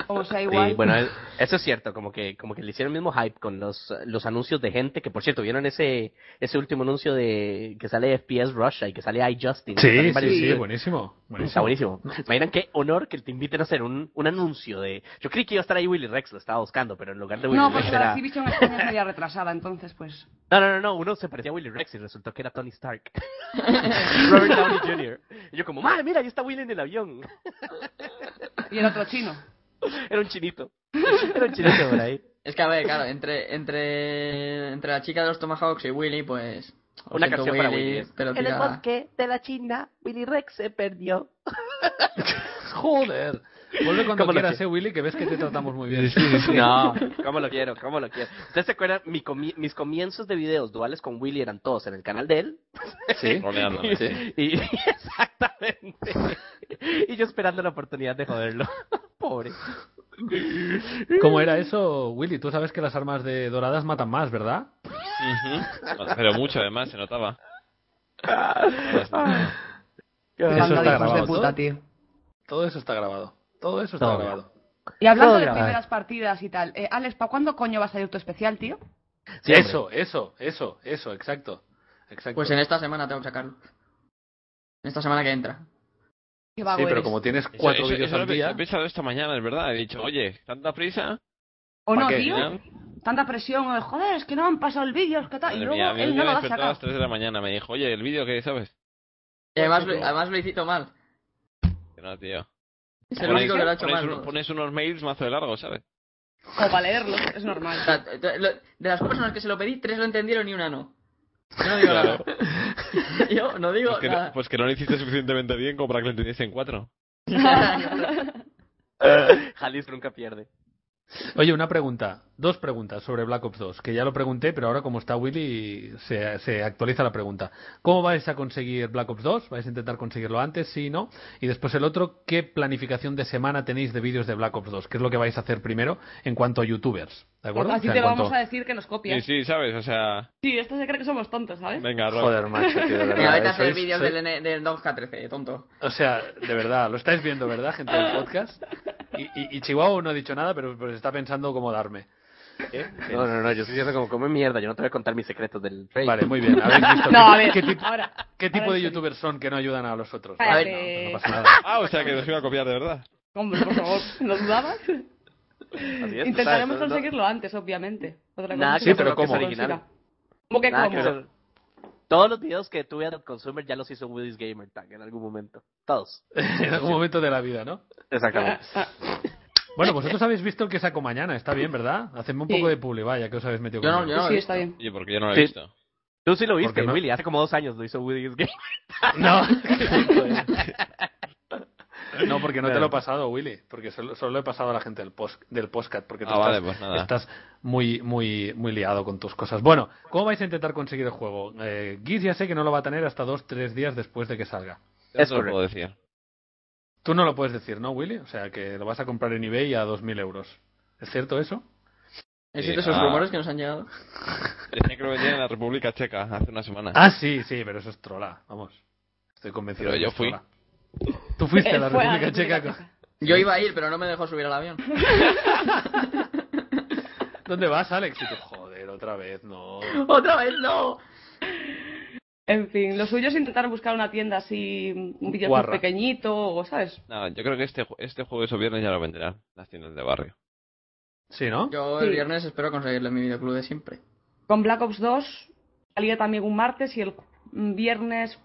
B: Como sea igual.
D: Sí, bueno, es- eso es cierto, como que, como que le hicieron el mismo hype con los, los anuncios de gente, que por cierto, ¿vieron ese, ese último anuncio de que sale FPS Russia y que sale iJustin?
C: Sí, sí,
D: Salen
C: sí,
D: varios-
C: buenísimo. buenísimo.
D: Está buenísimo. Imaginan qué honor que te inviten a hacer un, un anuncio de... Yo creí que iba a estar ahí Willy Rex, lo estaba buscando, pero en lugar de Willy
B: no, pues, porque
D: Rex
B: la
D: este era...
B: Activision España es media retrasada, entonces pues...
D: No, no, no, no, uno se parecía a Willy Rex y resultó que era
B: [laughs]
D: Tony Stark. [laughs] Robert Downey Jr. Y yo como, madre, mira, ahí está Willy en el avión.
B: Y el otro chino.
D: [laughs] Era un chinito. Era un chinito por ahí.
A: Es que a ver, claro, entre, entre, entre la chica de los Tomahawks y Willy, pues. lo
D: Una
A: siento,
D: canción para Willy, ¿eh?
A: Pero
E: En el
A: tira...
E: bosque de la China, Willy Rex se perdió.
C: Joder. Vuelve cuando
D: ¿Cómo lo
C: quieras,
D: que-
C: eh, Willy, que ves que te tratamos muy bien. [laughs]
D: No, cómo lo quiero, cómo lo quiero. ¿Ustedes se acuerdan? Mi comi- mis comienzos de videos duales con Willy eran todos en el canal de él.
C: Sí.
D: Ah,
F: Roleándome.
D: [laughs] Y, exactamente. Y yo esperando la oportunidad de joderlo. [laughs] Pobre.
C: ¿Cómo era eso, Willy? Tú sabes que las armas de doradas matan más, ¿verdad?
F: Ujú. Pero mucho, además, se notaba.
C: Eso
G: Banda de
C: está
G: hijos de
C: grabado.
G: puta,
C: Todo,
G: tío.
C: todo eso está grabado. Todo eso está
D: Todo.
C: grabado.
B: Y hablando
G: Todo
B: de
G: grabado.
B: primeras partidas y tal, eh, Alex, ¿para cuándo coño va a salir tu especial, tío?
D: Sí, hombre.
C: eso, eso, eso, eso, exacto. exacto.
A: Pues en esta semana tengo que sacarlo. En esta semana que entra.
B: Qué
C: sí,
B: vago
C: pero
B: eres.
C: como tienes
F: Eso-
C: cuatro
F: eso-
C: vídeos
F: eso
C: al
F: lo he-
C: día...
F: he pensado esta mañana, es verdad. He dicho, oye, tanta prisa.
B: O no,
C: ¿pa' qué?
B: tío.
F: ¿no?
B: Tanta presión, o de, joder, es que no han pasado el vídeo, es que tal. Y
F: Madre
B: luego
F: mía, a mí un
B: él
F: día
B: no
F: me
B: lo ha
F: despertó a
B: sacado.
F: las 3 de la mañana. Me dijo, oye, ¿el vídeo qué sabes?
A: Y además, lo- además lo hicito mal.
F: Que No, tío.
A: Es el único que lo ha hecho
F: pones
A: mal.
F: un- pones unos mails mazo de largo, ¿sabes?
B: O para leerlo, es
A: O
B: normal.
A: sea, t- t- lo- de las personas que se lo pedí, tres lo entendieron y una no. Yo no digo
F: Claro.
A: nada. [laughs] Yo no digo
F: Pues que, no,
A: nada.
F: pues que no lo hiciste suficientemente bien como para que lo entendiesen en cuatro.
D: [laughs] Jalisco nunca pierde.
C: Oye, una pregunta, dos preguntas sobre Black Ops 2, que ya lo pregunté, pero ahora como está Willy se, se actualiza la pregunta. ¿Cómo vais a conseguir Black Ops 2? ¿Vais a intentar conseguirlo antes? Sí, no. Y después el otro, ¿qué planificación de semana tenéis de vídeos de Black Ops 2? ¿Qué es lo que vais a hacer primero en cuanto a youtubers? ¿De acuerdo?
B: Pues Así
C: O sea,
B: te
C: en cuanto-
B: vamos a decir que nos
F: Sí,
B: copias. Sí,
F: sí, ¿sabes? O sea,
B: esto se cree que somos tontos, ¿sabes?
F: venga, Rob.
C: Joder, macho, tío,
B: [laughs]
C: de verdad.
A: Venga, vete a
C: eh,
A: hacer
C: sois-
A: vídeos
C: sois-
A: del, N- del 2K13, tonto.
C: O sea, de verdad, lo estáis viendo, ¿verdad, gente del podcast? Y, y- y Chihuahua no ha dicho nada, pero, pero está pensando cómo darme.
D: No, no, no, yo estoy diciendo como come mierda, yo no te voy a contar mis secretos del rey.
C: Vale, muy bien. Habéis
B: [laughs]
C: visto
B: No,
C: qué-
B: a ver,
C: [laughs] qué tip-
B: ahora.
C: ¿Qué
B: ahora en
C: tipo de
B: serio.
C: youtubers son que no ayudan a los otros?
B: A
C: Vale,
B: ver,
C: no, no pasa
B: [laughs]
C: nada.
F: Ah, o sea que los iba a copiar de verdad.
B: Hombre, por favor, ¿lo dudabas?
D: Así es,
B: Intentaremos
D: ¿sabes? No-
B: conseguirlo antes, obviamente. Otra cosa
D: Nada
B: es
C: que
B: no
C: pero
B: se
C: ¿cómo?
B: consiga.
D: original.
B: ¿Cómo que
D: Nada
B: cómo?
D: que ver. Todos los videos que tuve a Consumer ya los hizo Woody's Gamer Tag en algún momento. Todos.
C: en algún momento de la vida, ¿no?
D: Exactamente.
C: Bueno, pues vosotros habéis visto el que saco mañana, está bien, ¿verdad? Hacedme un
B: Sí.
C: poco de publi, vaya, que os habéis metido
A: Yo
C: con
A: no, yo
C: ello.
A: no. lo
B: sí,
A: he
B: está
A: visto.
B: bien.
F: Oye, porque yo no lo he
D: Sí.
F: visto.
D: Tú sí lo viste,
C: qué no?
D: Willy, hace como dos años lo hizo Woody's
B: [laughs]
D: Gamer.
C: [laughs] No, no, porque no te lo he pasado, Willy, porque solo, solo he pasado a la gente del, post, del podcast, porque tú
F: Ah,
C: estás,
F: vale, pues nada.
C: estás muy, muy, muy liado con tus cosas. Bueno, ¿cómo vais a intentar conseguir el juego? Eh, Giz ya sé que no lo va a tener hasta dos, tres días después de que salga.
D: Es
F: Eso lo puedo decir.
C: Tú no lo puedes decir, ¿no, Willy? O sea, que lo vas a comprar en eBay a 2.000 euros. ¿Es cierto eso?
A: Existen
F: Sí,
A: esos
F: ah.
A: rumores que nos han llegado.
F: Decían que lo vendían en la República Checa hace una semana.
C: Ah, sí, sí, pero eso es trola, vamos. Estoy convencido
F: Pero
C: de que
F: yo
C: es
F: fui.
C: trola. Tú fuiste a la
B: Él Eh, [laughs] fue a la
C: República Checa.
B: República
C: con-
A: Yo iba a ir, pero no me dejó subir al avión.
C: [laughs]
A: [laughs]
C: ¿Dónde vas, Alex? Y tú, joder, otra vez, no.
A: ¡Otra vez no!
B: En fin, lo suyo es intentar buscar una tienda así, un videojuego
C: Guarra.
B: pequeñito, o, ¿sabes?
F: No, yo creo que este, ju- este jueves o viernes ya lo venderán las tiendas de barrio.
C: Sí, ¿no?
A: Yo el
B: Sí.
A: viernes espero conseguirle mi videoclub de siempre.
B: Con Black Ops 2 salía también un martes y el viernes,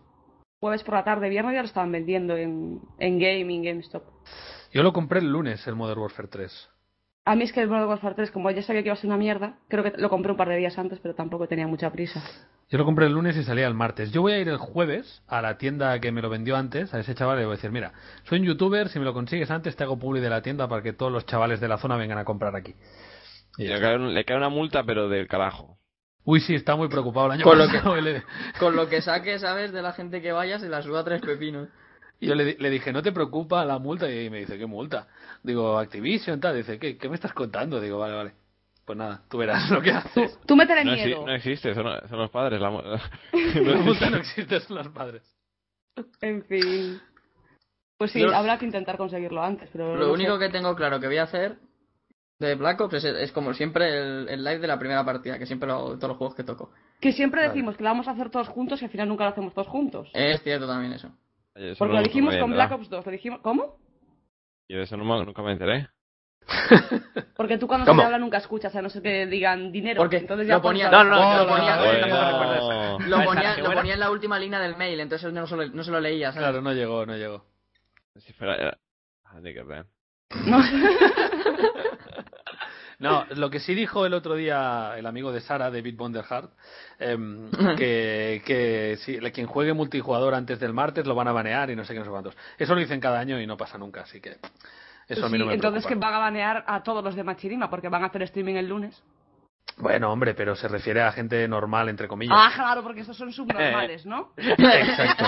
B: jueves por la tarde, viernes ya lo estaban vendiendo en, en Gaming, GameStop.
C: Yo lo compré el lunes, el Modern Warfare 3.
B: A mí es que el Modern Warfare 3, como ya sabía que iba a ser una mierda, creo que lo compré un par de días antes, pero tampoco tenía mucha prisa.
C: Yo lo compré el lunes y salía el martes. Yo voy a ir el jueves a la tienda que me lo vendió antes, a ese chaval, y le voy a decir, mira, soy un youtuber, si me lo consigues antes te hago publi de la tienda para que todos los chavales de la zona vengan a comprar aquí. Y ya
F: le,
C: está.
F: cae, un- le cae una multa, pero del carajo.
C: Uy, sí, está muy preocupado el año
A: Con lo que-
C: pasado, [laughs] el-
A: Con lo que saque, ¿sabes? De la gente que vaya, se la suba tres pepinos.
C: Y yo le, di- le dije, ¿no te preocupa la multa? Y me dice, ¿qué multa? Digo, Activision, tal. Dice, ¿qué, qué me estás contando? Digo, vale, vale. Pues nada, tú verás [laughs] lo que haces.
B: Tú métele
F: No, exi-
B: miedo.
F: no existe, son, son los padres. La, mu-
C: [laughs] La
A: [laughs]
C: multa no existe, son los padres.
B: En fin. Pues sí,
A: Yo-
B: habrá que intentar conseguirlo antes, pero
A: Lo
B: no
A: único
B: sé.
A: que tengo claro que voy a hacer de Black Ops es, es como siempre el, el live de la primera partida, que siempre lo hago en todos los juegos que toco.
B: que siempre decimos que lo vamos a hacer todos juntos y al final nunca lo hacemos todos juntos.
A: Es cierto también eso.
F: Oye,
B: Porque
F: eso no-
A: pues
B: lo
F: nunca
B: dijimos
F: me
B: con
F: enteré.
B: Black Ops 2, lo dijimos... ¿Cómo?
F: Yo de eso no me- nunca me enteré.
B: Porque tú cuando
D: ¿Cómo?
B: se te habla nunca escuchas, a no ser que digan dinero.
A: Porque
B: entonces ya
A: lo ponía,
D: No, no, no,
A: lo
D: no,
A: ponía,
D: no,
A: lo
D: no,
A: ponía-
D: no, no, no, no,
A: lo
D: Esa,
A: ponía-
D: qué
A: lo
D: buena.
A: ponía en la última línea del mail, entonces no se lo, no se lo leía, ¿sabes?
C: Claro, no llegó, no llegó.
F: Si fuera- era- Ah, ni que ver.
C: No, lo que sí dijo el otro día el amigo de Sara, David Bonderhart, em, que, que si, le- quien juegue multijugador antes del martes lo van a banear y no sé qué, no sé cuántos. Eso lo dicen cada año y no pasa nunca, así que eso a mí
B: Sí,
C: no me
B: entonces que
C: preocupa.
B: van a banear a todos los de Machirima porque van a hacer streaming el lunes.
C: Bueno, hombre, pero se refiere a gente normal, entre comillas.
B: Ah, claro, porque esos son subnormales, ¿no?
C: Exacto.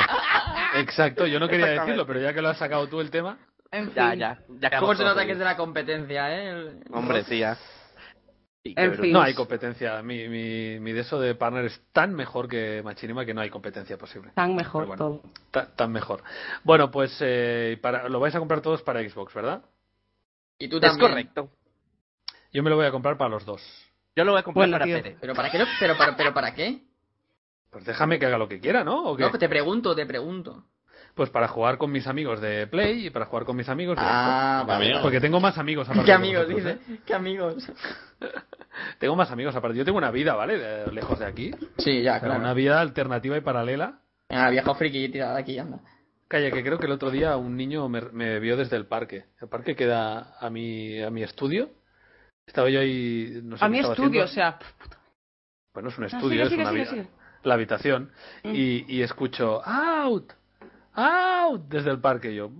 C: Exacto, yo no quería decirlo, pero ya que lo has sacado tú el tema.
B: En fin.
D: Ya, ya. ya
A: ¿Cómo
D: quedamos
A: se nota
D: todos
A: que es de
D: ahí.
A: la competencia, eh? El-
D: Hombre, sí, ya. Sí, qué
B: En
D: bruto.
B: fin.
C: No hay competencia. Mi, mi, mi de eso de partner es tan mejor que Machinima que no hay competencia posible.
A: Ah.
B: Tan mejor
C: Pero bueno.
B: todo.
C: Ta- tan mejor. Bueno, pues eh, para, lo vais a comprar todos para Xbox, ¿verdad?
A: Y tú
D: Es
A: también.
D: correcto.
C: Yo me lo voy a comprar para los dos.
D: Yo lo voy a comprar
B: Bueno,
D: para
B: tío.
D: Pere.
A: ¿Pero para qué? lo- Pero, para- pero ¿para qué?
C: Pues déjame que haga lo que quiera, ¿no? ¿O qué?
A: No, te pregunto, te pregunto.
C: Pues para jugar con mis amigos de Play y para jugar con mis amigos de
A: Ah,
C: Xbox.
A: vale,
F: vale.
C: Porque tengo más amigos
A: [laughs]
C: aparte.
A: ¿Qué
C: de
A: amigos,
C: vosotros,
A: dice?
C: ¿eh?
A: ¿Qué amigos?
C: Tengo más amigos aparte. Yo tengo una vida, ¿vale? De- lejos de aquí.
A: Sí, ya,
C: O sea, Una vida alternativa y paralela.
A: Ah, viejo friki, tirada aquí, anda.
C: Calla, que creo que el otro día un niño me, me vio desde el parque. El parque queda a mi, a mi estudio. Estaba yo ahí. No sé
B: A
C: qué
B: mi
C: estaba
B: estudio,
C: haciendo.
B: o sea.
C: Bueno, es un
B: Ah,
C: estudio,
B: sigue,
C: es
B: sigue,
C: una
B: sigue,
C: vida-
B: sigue.
C: la habitación.
B: Mm.
C: Y, y escucho. ¡Out! ¡Out! Desde el parque. Y yo.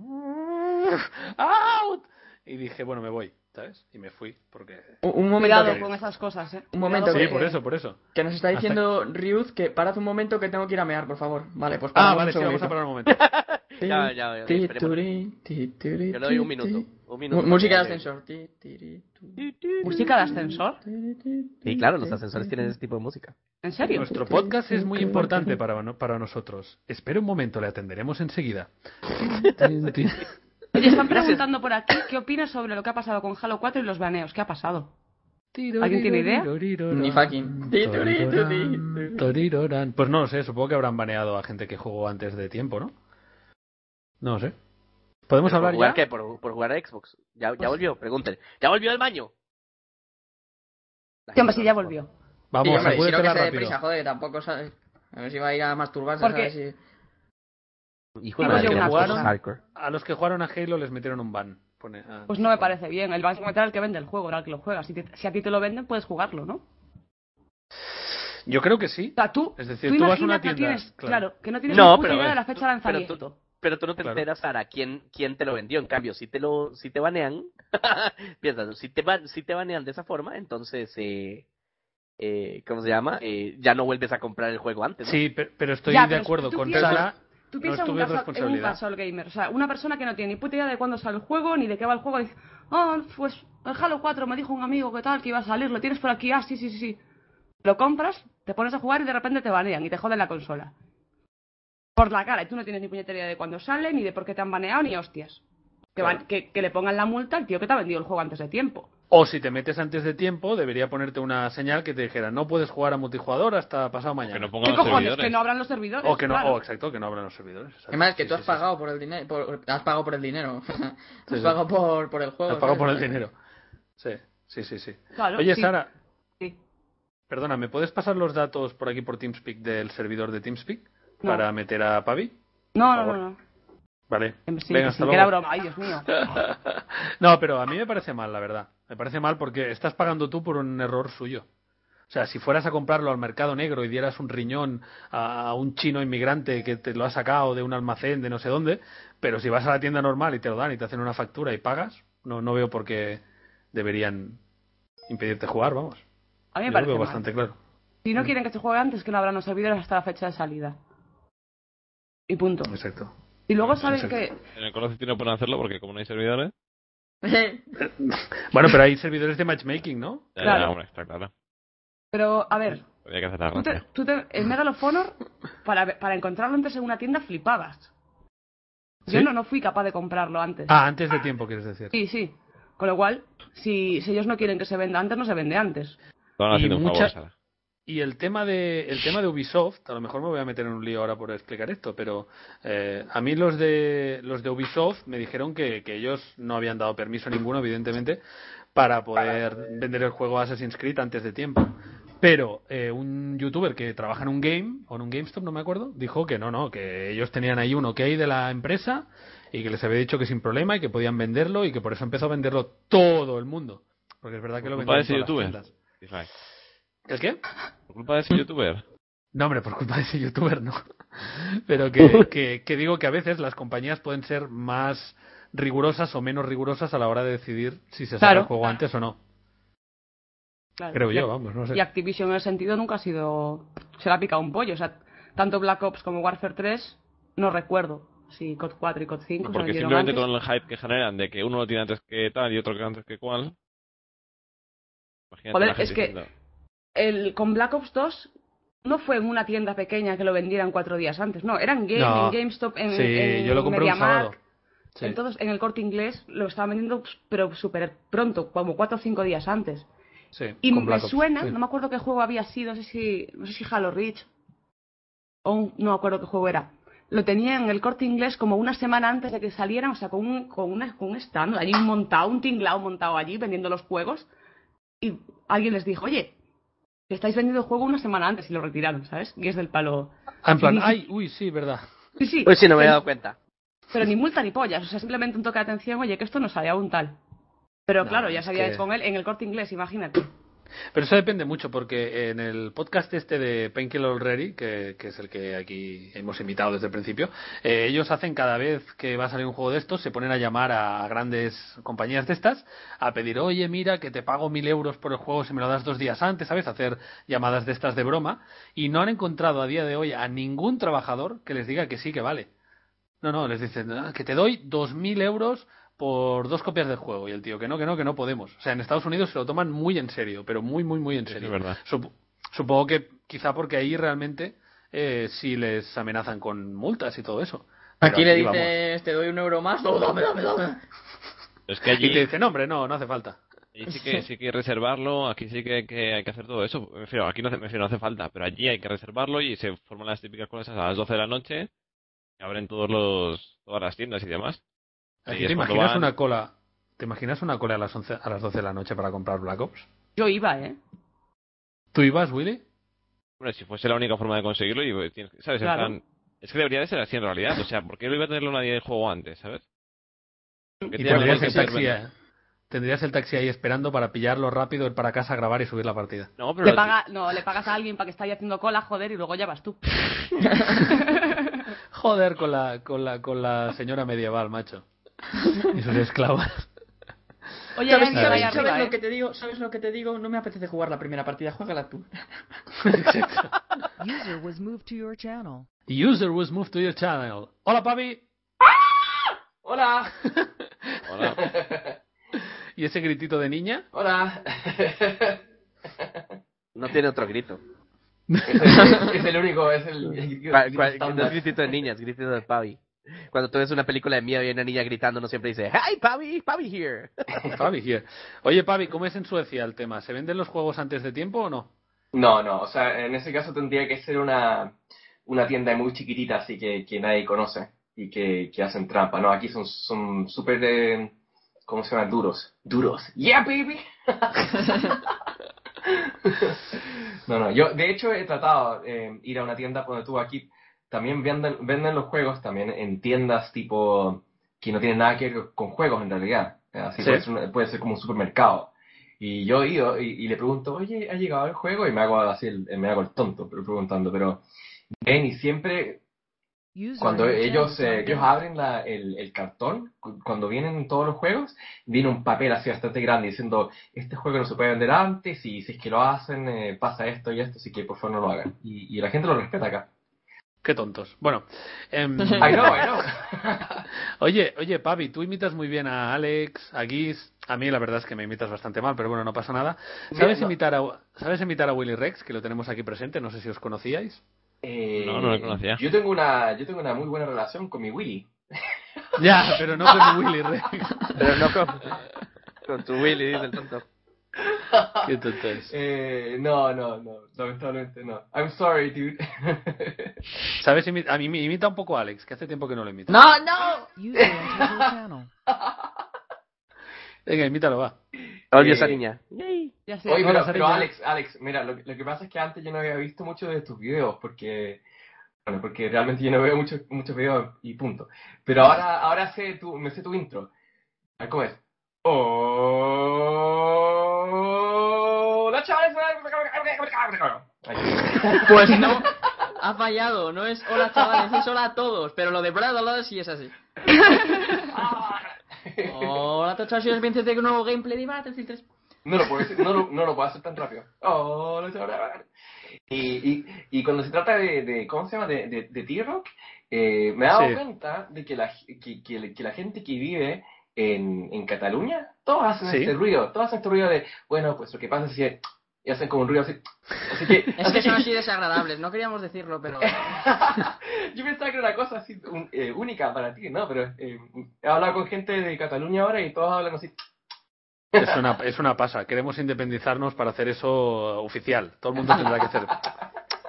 C: ¡Out! Y dije, bueno, me voy, ¿sabes? Y me fui. Porque.
A: Un, un momento,
B: Cuidado
A: que,
B: con esas cosas, eh.
A: Un momento,
B: Cuidado
C: Sí,
A: que-
C: por eso, por eso.
A: que nos está
C: Hasta-
A: diciendo Ryuz que parad un momento que tengo que ir a mear, por favor. Vale, pues
C: Ah,
A: paramos
C: vale,
A: un
C: sí, vamos
A: segundito.
C: a parar un
B: [laughs]
C: momento.
D: Ya, ya, ya,
A: Ti,
D: esperemos.
A: turi, ti, turi,
D: Yo le doy un
A: ti,
D: minuto,
A: ti.
D: un minuto
A: Mu- Música de
D: para que-
A: ascensor. Ti, tiri, tu,
B: ¿Música de ascensor?
A: tiri, ti,
D: Sí,
A: ti,
D: claro, los
A: ti,
D: ascensores
A: ti.
D: tienen ese tipo de música.
B: ¿En serio?
C: Nuestro podcast es muy
A: [laughs]
C: importante para, no- para nosotros. Espera un momento, le
B: [laughs]
C: atenderemos enseguida.
B: Oye, están preguntando por aquí qué opinas sobre lo que ha pasado con Halo 4 y los baneos. ¿Qué ha pasado? ¿Alguien tiene idea?
A: Ni fucking. Ti, turi, tu, ti, tu.
C: Toriroran. Pues no lo sé, supongo que habrán baneado a gente que jugó antes de tiempo, ¿no? No lo sé. ¿Podemos
D: ¿Por
C: hablar
D: jugar
C: ya?
D: qué? ¿Por, por jugar a Xbox? Ya, ya volvió, pregúntenle. ¿Ya volvió del baño? La
B: Sí, hombre,
D: gente
B: sí, ya
D: no
B: volvió.
A: Sí,
C: Vamos,
A: hombre, si no que
C: sacúdetela
A: se dé
C: rápido.
A: prisa, joder, que tampoco sabes. A ver si va a ir a masturbarse,
B: Porque-
A: ¿sabes? Sí.
D: responde. Hijo
B: Digo
D: de madre,
B: yo
D: que
B: una
D: jugaron
B: cosa.
D: hardcore.
C: A los que jugaron a Halo les metieron un ban. Pone- ah,
B: Pues no me parece bien. El banco metal el que vende el juego, era el que lo juega. Si, te- si a ti te lo venden, puedes jugarlo, ¿no? O
C: Yo creo que sí.
B: sea, tú.
C: Es decir, tú vas a
B: imagina
C: una
B: que no
C: tienda,
B: tienes-
C: claro.
B: claro. que no tienes
D: No,
B: ni puta
D: pero-
B: idea de la fecha de
D: pero
B: lanzamiento.
D: tú- Pero tú no te
C: Claro.
D: enteras, Sara, quién, quién te lo vendió. En cambio, si te lo, si te banean, [laughs] piénsalo, si te, ban- si te banean de esa forma, entonces, eh, eh, ¿cómo se llama? Eh, ya no vuelves a comprar el juego antes. ¿no?
C: Sí, pe- pero estoy
B: Ya,
C: de
B: pero
C: acuerdo
B: tú
C: con
B: piensas-
C: Sara.
B: Tú
C: No
B: piensas
C: es tu
B: en un caso- en un
C: responsabilidad.
B: casual gamer, o sea, una persona que no tiene ni puta idea de cuándo sale el juego, ni de qué va el juego, dice, ah, pues el Halo 4 me dijo un amigo que tal, que iba a salir, lo tienes por aquí, ah, sí, sí, sí, sí. Lo compras, te pones a jugar y de repente te banean y te joden la consola. Por la cara, y tú no tienes ni puñetería de cuándo sale, ni de por qué te han baneado, ni hostias. Que, van- que, que le pongan la multa al tío que te ha vendido el juego antes de tiempo.
C: O si te metes antes de tiempo, debería ponerte una señal que te dijera no puedes jugar a multijugador hasta pasado
F: Que
C: mañana.
F: no
B: ¿Qué
F: pongan los
B: cojones?
F: servidores.
B: Que no abran los servidores.
C: o que no,
B: claro.
C: o exacto, que no abran los servidores. exacto.
A: Además, que
C: Sí,
A: tú
C: sí,
A: has
C: sí.
A: pagado por el dinero. por- Has pagado por el dinero. [laughs]
C: Sí,
A: Has
C: sí.
A: pagado por, por el juego.
C: Has pagado por el
A: ¿sabes? [laughs]
C: dinero. Sí, sí, sí, sí.
B: Claro,
C: Oye,
B: sí,
C: Sara,
B: sí.
C: perdona, ¿me puedes pasar los datos por aquí por TeamSpeak del servidor de TeamSpeak
B: No.
C: para meter a Pavi?
B: No, no,
C: favor.
B: no, no.
C: Vale.
B: Que sí,
C: Venga,
B: que sí,
C: hasta
B: que era
C: luego.
B: broma, ay, Dios mío.
C: no, pero a mí me parece mal, la verdad. Me parece mal porque estás pagando tú por un error suyo. O sea, si fueras a comprarlo al mercado negro y dieras un riñón a a un chino inmigrante que te lo ha sacado de un almacén de no sé dónde, pero si vas a la tienda normal y te lo dan y te hacen una factura y pagas, no, no veo por qué deberían impedirte jugar, vamos.
B: A mí me
C: Yo lo
B: parece
C: veo
B: mal.
C: bastante claro.
B: Si no quieren que se juegue antes, que no habrán los servidores hasta la fecha de salida. Y punto.
C: Exacto.
B: Y luego saben
C: Exacto.
B: que...
F: En el Call of Duty no pueden hacerlo porque como no hay servidores...
C: Bueno, pero hay servidores de matchmaking, ¿no?
F: Ya,
B: Claro.
F: ya, hombre, está claro.
B: Pero, a ver,
F: Había que hacer la
B: tú te,
F: gracia.
B: tú te- el Medal of Honor, para, para encontrarlo antes en una tienda, flipabas. Yo
C: ¿Sí?
B: no, no fui capaz de comprarlo antes.
C: Ah, antes de tiempo, quieres decir.
B: Sí, sí. Con lo cual, si, si ellos no quieren que se venda antes, no se vende antes.
F: Estaban
C: y
F: haciendo un
C: mucha-
F: favor, Sara.
C: Y el tema de el tema de Ubisoft, a lo mejor me voy a meter en un lío ahora por explicar esto, pero eh, a mí los de los de Ubisoft me dijeron que, que ellos no habían dado permiso ninguno, evidentemente, para poder vender el juego Assassin's Creed antes de tiempo. Pero eh, un youtuber que trabaja en un game o en un GameStop, no me acuerdo, dijo que no, no, que ellos tenían ahí un ok de la empresa y que les había dicho que sin problema y que podían venderlo y que por eso empezó a venderlo todo el mundo, porque es verdad que lo
F: Por culpa de
C: vendían
F: ese
C: todas las
F: youtuber.
C: tiendas.
F: Ismael.
C: ¿El qué?
F: Por culpa de
B: Mm. [laughs]
F: ese youtuber.
C: No, hombre, por culpa de ese youtuber no. [laughs] Pero que, que- que digo que a veces las compañías pueden ser más rigurosas o menos rigurosas a la hora de decidir si se saca
B: Claro.
C: el juego antes o no.
B: Claro.
C: Creo
B: Y
C: yo,
B: Ac-
C: vamos, no sé.
B: Y Activision en ese sentido nunca ha sido... Se la ha picado un pollo. O sea, tanto Black Ops como Warfare 3, no recuerdo Sí, COD 4 y COD 5
F: Porque
B: salieron
F: simplemente
B: antes.
F: con el hype que generan de que uno lo tiene antes que tal y otro que antes que cual. Imagínate
B: Joder,
F: la gente
B: es que-
F: diciendo,
B: El, con Black Ops 2 no fue en una tienda pequeña que lo vendieran cuatro días antes, no, eran game,
C: No.
B: en GameStop, en,
C: Sí,
B: en
C: yo lo compré un
B: MediaMarkt,
C: sábado. Sí.
B: Entonces, en el corte inglés lo estaban vendiendo, pues, pero súper pronto, como cuatro o cinco días antes.
C: Sí,
B: Y
C: con
B: me
C: Black Ops,
B: suena,
C: sí.
B: no me acuerdo qué juego había sido, no sé si, no sé si Halo Reach, o un- no me acuerdo qué juego era. Lo tenía en el corte inglés como una semana antes de que salieran, o sea, con un, con una, con un stand, allí montado, un tinglao montado allí vendiendo los juegos. Y alguien les dijo, oye, que estáis vendiendo el juego una semana antes y lo retiraron, ¿sabes? Y es del palo.
C: Ah, en plan,
B: Sí, sí.
C: ay, uy, sí, verdad.
B: Sí, sí.
D: Pues sí, no me
B: que-
D: he dado cuenta.
B: pero ni multa ni pollas, o sea, simplemente un toque de atención, oye, que esto no sale aún tal. Pero
C: No,
B: claro, ya
C: es
B: se había
C: que-
B: hecho con él en el corte inglés, imagínate.
C: Pero eso depende mucho porque en el podcast este de Painkiller Already, que, que es el que aquí hemos invitado desde el principio, eh, ellos hacen cada vez que va a salir un juego de estos, se ponen a llamar a grandes compañías de estas a pedir, oye, mira, que te pago mil euros por el juego si me lo das dos días antes, ¿sabes? Hacer llamadas de estas de broma. Y no han encontrado a día de hoy a ningún trabajador que les diga que sí, que vale. No, no, les dicen "Ah, que te doy 2.000 euros por dos copias del juego. Y el tío, que no, que no, que no podemos. O sea, en Estados Unidos se lo toman muy en serio, pero muy, muy, muy en
F: Sí,
C: serio.
F: es verdad.
C: Sup- supongo que quizá porque ahí realmente eh, sí les amenazan con multas y todo eso. Pero
H: Aquí le
C: vamos.
H: dices, te doy un euro
A: [laughs]
H: más, no, dame, dame, dame.
F: Es que
C: Y te
F: allí,
C: dicen, "No, hombre, no, no hace falta.
F: allí sí, que, sí que hay que reservarlo, aquí sí que, que hay que hacer todo eso. Me refiero, aquí no, hace- me refiero, no hace falta, pero allí hay que reservarlo y se forman las típicas cosas a las 12 de la noche, que abren todos los, todas las tiendas y demás.
C: Aquí
F: es
C: te
F: cuando
C: imaginas
F: van.
C: una cola. ¿Te imaginas una cola a las, 11 a las 12 de la noche para comprar Black Ops?
B: Yo iba, ¿eh?
C: ¿Tú ibas, Willy?
F: Hombre, si fuese la única forma de conseguirlo, y tienes que- ¿sabes? En
B: Claro.
F: plan, es que debería de ser así en realidad. O sea, ¿por qué no iba a tenerlo nadie del juego antes, ¿sabes? Porque
C: Y
F: tiene
C: tendrías
F: que
C: el,
F: ser-
C: taxi, eh, tendrías el taxi ahí esperando para pillarlo rápido, ir para casa, grabar y subir la partida.
F: No, pero
B: Le,
F: lo-
B: paga, no, le pagas a alguien para que esté ahí haciendo cola, joder, y luego ya vas tú.
C: Joder con la, con la, con la señora medieval, macho. Y sus esclavas. [laughs]
B: Oye,
H: ¿Sabes,
B: ya
C: que
H: sabes-
B: ahí
H: sabes
B: arriba,
H: lo
B: ¿eh?
H: que te digo? ¿Sabes lo que te digo? No me apetece jugar la primera partida, juégala tú.
E: User was moved to your channel.
C: User was moved to your channel. Hola, papi.
A: Hola,
B: [laughs]
F: Hola.
C: ¿Y ese gritito de niña?
H: [laughs]
A: hola.
D: No tiene otro grito.
A: es el único, es el.
D: Cual- cual- No es gritito de niñas, gritito de pavi. Cuando tú ves una película de miedo y hay una niña gritando, no siempre dice, ¡Hi, pavi! ¡Pavi here!
C: [laughs] Pavi, here. eh, Oye, papi, ¿cómo es en Suecia el tema? ¿Se venden los juegos antes de tiempo o no?
A: No, no, o sea, en ese caso tendría que ser una, una tienda muy chiquitita, así que, que nadie conoce y que, que hacen trampa, ¿no? Aquí son son súper, eh, ¿cómo se llama? Duros. Duros. ¡Yeah, baby! no, no, yo de hecho he tratado eh, ir a una tienda donde tú aquí también venden, venden los juegos, también en tiendas tipo que no tienen nada que ver con juegos en realidad. Eh, Así
C: Sí.
A: puede, ser, una- puede ser como un supermercado. Y yo he ido y, y le pregunto, oye, ¿ha llegado el juego? Y me hago así, el, me hago el tonto pero preguntando, pero ven y siempre
H: Pues
E: User
A: cuando
E: in your
A: ellos,
E: channel
A: eh, ellos
E: timed out.
A: abren la, el, el cartón, cu- cuando vienen todos los juegos, viene un papel así bastante grande diciendo, este juego no se puede vender antes y si es que lo hacen eh, pasa esto y esto, así que por favor no lo hagan. Y, y la gente lo respeta acá.
C: Qué tontos. Bueno. em,
A: I know, I know.
C: [laughs] Oye, oye, Pavi, tú imitas muy bien a Alex, a Guis. A mí la verdad es que me imitas bastante mal, pero bueno, no pasa nada. ¿Sabes
A: no.
C: imitar a, ¿sabes imitar a Willy Rex, que lo tenemos aquí presente? No sé si os conocíais.
A: Eh,
F: No, no lo conocía.
A: Yo tengo, una, yo tengo una muy buena relación con mi Willy.
C: Ya, pero no con Willy Rex.
D: Pero no con, con tu Willy, dice el tonto.
C: Qué tonto es.
A: Eh, no, no, no, lamentablemente no. I'm sorry, dude.
C: ¿Sabes? imi- A mí me imita un poco a Alex, que hace tiempo que no lo imita.
H: ¡No, no!
E: User entered your channel.
C: Venga, imítalo, va.
D: Odio
A: Eh,
D: esa niña.
B: Ya sé.
A: Oye, pero,
C: Hola,
A: pero
C: Sarita.
A: Alex, Alex, mira, lo, lo que pasa es que antes yo no había visto muchos de tus videos porque, bueno, porque realmente yo no veo muchos muchos videos y punto. Pero ahora, ahora sé tu, me sé tu intro. A ver cómo es. Hola chavales. Ahí.
H: Pues no, ha fallado, no es hola chavales, es hola a todos, pero lo de Brad Lodge sí es así.
A: Ah.
H: Hola chavales, soy el Vincent de un nuevo gameplay de Battlefield 3.
I: No lo puedo decir- no lo, no lo puedo hacer tan rápido. Oh, lo llorar. Y, y, y cuando se trata de, de ¿cómo se llama? De, de, de T-Rock, eh, me he dado
C: Sí.
I: cuenta de que la, que, que, que la gente que vive en, en Cataluña, todos hacen
C: Sí.
I: este ruido, todos hacen este ruido de, bueno, pues lo que pasa es que, y hacen como un ruido así. Así que,
A: Es que
D: [laughs]
A: son así desagradables, no queríamos decirlo, pero.
I: Yo pensaba que era una cosa así un- eh, única para ti, ¿no? Pero eh, he hablado con gente de Cataluña ahora y todos hablan así.
C: Es una, es una pasa. Queremos independizarnos para hacer eso oficial. Todo el mundo tendrá que
A: [laughs]
C: hacer.
A: ¿Eh?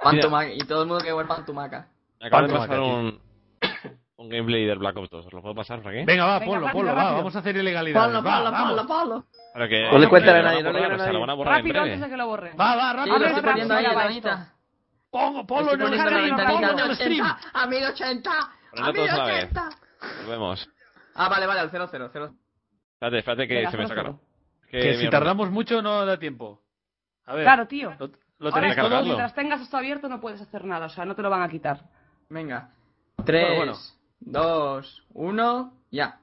A: Pantumaca, y todo el mundo que ver Pantumaca.
F: Me acaba de
C: Pantomaca,
F: pasar
C: tío.
F: un, un gameplay del Black Ops 2. ¿Os lo puedo pasar, Frankie?
C: Venga, va,
B: Venga,
C: ponlo,
B: rápido,
C: ponlo, va,
B: rápido.
C: vamos a hacer ilegalidad.
A: Pablo.
F: Ahora que-
D: No le cuenten a
F: lo van
D: nadie, no le
F: borrar,
D: digan a
F: se
D: nadie.
F: lo van a borrar en
B: Rápido antes de
F: breve.
B: que lo borre.
C: Va, va,
A: Sí,
C: rápido.
A: lo
B: Abre
A: estoy
B: otra
A: poniendo ahí,
B: ventana,
A: Danita.
C: Pongo, ponlo
A: Estoy
C: en el
A: poniendo la
C: stream,
A: ventanita
C: ponlo en
A: a
C: el stream.
A: 1080, a 1080,
F: Ponedlo
A: a
F: todos a la
A: 1080.
F: Nos vemos.
A: Ah, vale, vale, al 00, 00.
F: Espérate, espérate que
B: Venga,
F: se me
B: hazlo
F: saca.
B: tú.
F: Es
C: Que si
F: mierda.
C: tardamos mucho no da tiempo. A ver,
B: Claro, tío.
C: ¿lo, lo
B: Ahora,
C: tenéis todos?
F: que cargarlo.
B: mientras tengas esto abierto no puedes hacer nada, o sea, no te lo van a quitar.
A: Venga. 3,
C: bueno.
A: 2, 1, ya.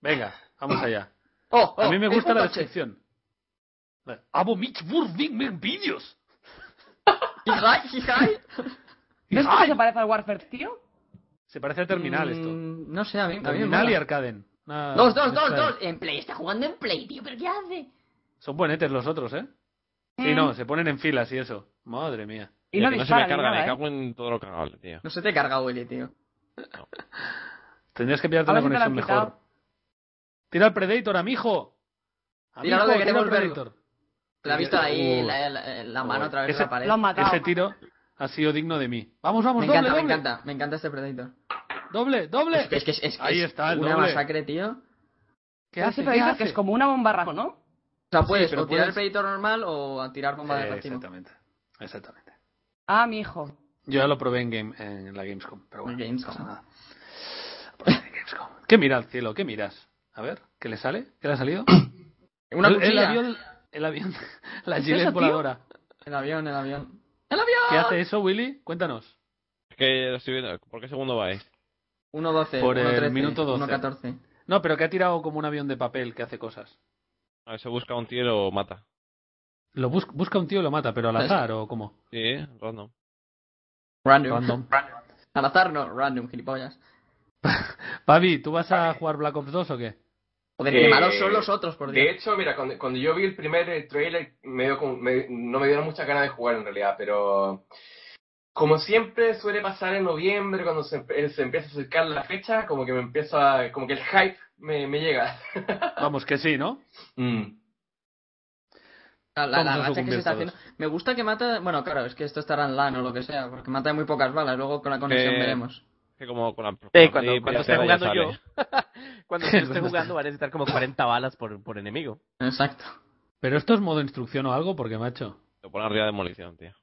C: Venga, vamos allá.
A: Oh,
C: A
A: oh,
C: mí me
A: el
C: gusta la
A: punto H.
C: descripción. Abo mich wur wing mir vídeos.
A: Hijai, hijai.
B: ¿Ves cómo se parece al Warfare, tío?
C: Se parece a Terminal esto.
A: Mm, No sé, a mí, a mí me
C: Terminal y
A: mola.
C: Arcaden. Una-
A: Dos, dos,
C: una
A: dos,
C: style.
A: dos. En play, está jugando en play, tío, pero ¿qué hace?
C: Son buenetes los otros, ¿eh? Sí,
B: Mm.
C: no, se ponen en filas y eso. Madre mía.
B: Y
F: Mira,
B: no
F: que no se
B: dispara
F: me
B: ni
F: carga,
B: nada,
F: me
B: ¿eh?
F: cago en todo lo cagable, tío.
A: No se te carga, Willy, tío.
C: Tendrías que pillarte
B: A
C: una
B: ver si te la
C: conexión
B: han
C: mejor.
B: quitado.
C: Tira el Predator, amijo.
A: Tíralo,
C: Amijo,
A: que
C: tira
A: queremos
C: el
A: verlo.
C: Predator.
A: La ha visto ahí,
C: Uh.
A: la, la- la mano
C: Uy,
A: a través
C: ese-
A: de la pared.
B: Lo han matado.
C: Ese tiro ha sido digno de mí. Vamos, vamos,
A: Me
C: doble,
A: encanta, me
C: doble.
A: encanta, me encanta este Predator.
C: Doble, doble.
A: Es que es, que es, es,
C: Ahí está el
A: una
C: doble.
A: masacre, tío.
C: ¿Qué
B: Pero
C: hace?
B: ese
C: ¿Qué
B: proyecto
C: hace?
B: que es como una bombarrajo, ¿no?
A: O sea, puedes
C: pero
A: o tirar
C: puedes-
A: el Predator normal o a tirar bomba
C: Eh,
A: de racimo.
C: exactamente. Exactamente.
B: Ah, mi hijo.
C: Yo ya lo probé en, game, en la Gamescom, pero bueno,
A: En Gamescom.
C: no pasa nada. Lo probé en Gamescom. ¿Qué mira al cielo? ¿Qué miras? A ver, ¿qué le sale? ¿Qué le ha salido?
A: Una
C: el, el
A: cuchilla.
C: avión, el avión, [laughs] la
B: ¿Es
C: gilet
B: eso, tío?
C: voladora.
A: El avión, el avión. ¡El avión!
C: ¿Qué hace eso, Willy? Cuéntanos.
F: Es que lo estoy viendo. ¿Por qué segundo va eh? ahí?
A: 1.12.
C: Por el
A: 1.13,
C: minuto 12.
A: 1.14.
C: No, pero que ha tirado como un avión de papel que hace cosas.
F: A ver, se busca un tío y lo mata.
C: Lo bus- busca un tío y lo mata, pero al
A: Pues-
C: azar o cómo.
F: Sí, ¿eh? random.
A: Random.
C: Random.
A: Al azar no, random, gilipollas.
C: Pavi, ¿tú vas a jugar Black Ops 2 o qué?
A: Joder,
I: Eh,
A: qué malos son los otros, por
I: De
A: Dios.
I: hecho, mira, cuando, cuando yo vi el primer eh, trailer, me dio como- me- no me dieron muchas ganas de jugar en realidad, pero como siempre suele pasar en noviembre, cuando se, empe- se empieza a acercar la fecha, como que me empieza, como que el hype me, me llega.
C: Vamos, que sí, ¿no?
I: Mm.
A: La, la, la
C: vamos
A: racha que
C: a sucumbir
A: se está
C: todos.
A: haciendo. Me gusta que mata. Bueno, claro, es que esto estará en LAN o lo que sea, porque mata de muy pocas balas. Luego con la conexión
F: Eh,
A: veremos.
F: Es que como con la...
D: Sí,
F: con
D: cuando,
F: la-
D: cuando
F: ya
D: esté jugando yo.
F: sale.
D: cuando yo esté jugando van a necesitar como 40 balas por, por enemigo.
A: Exacto.
C: Pero esto es modo instrucción o algo, porque macho,
F: Lo pone arriba de demolición, tío.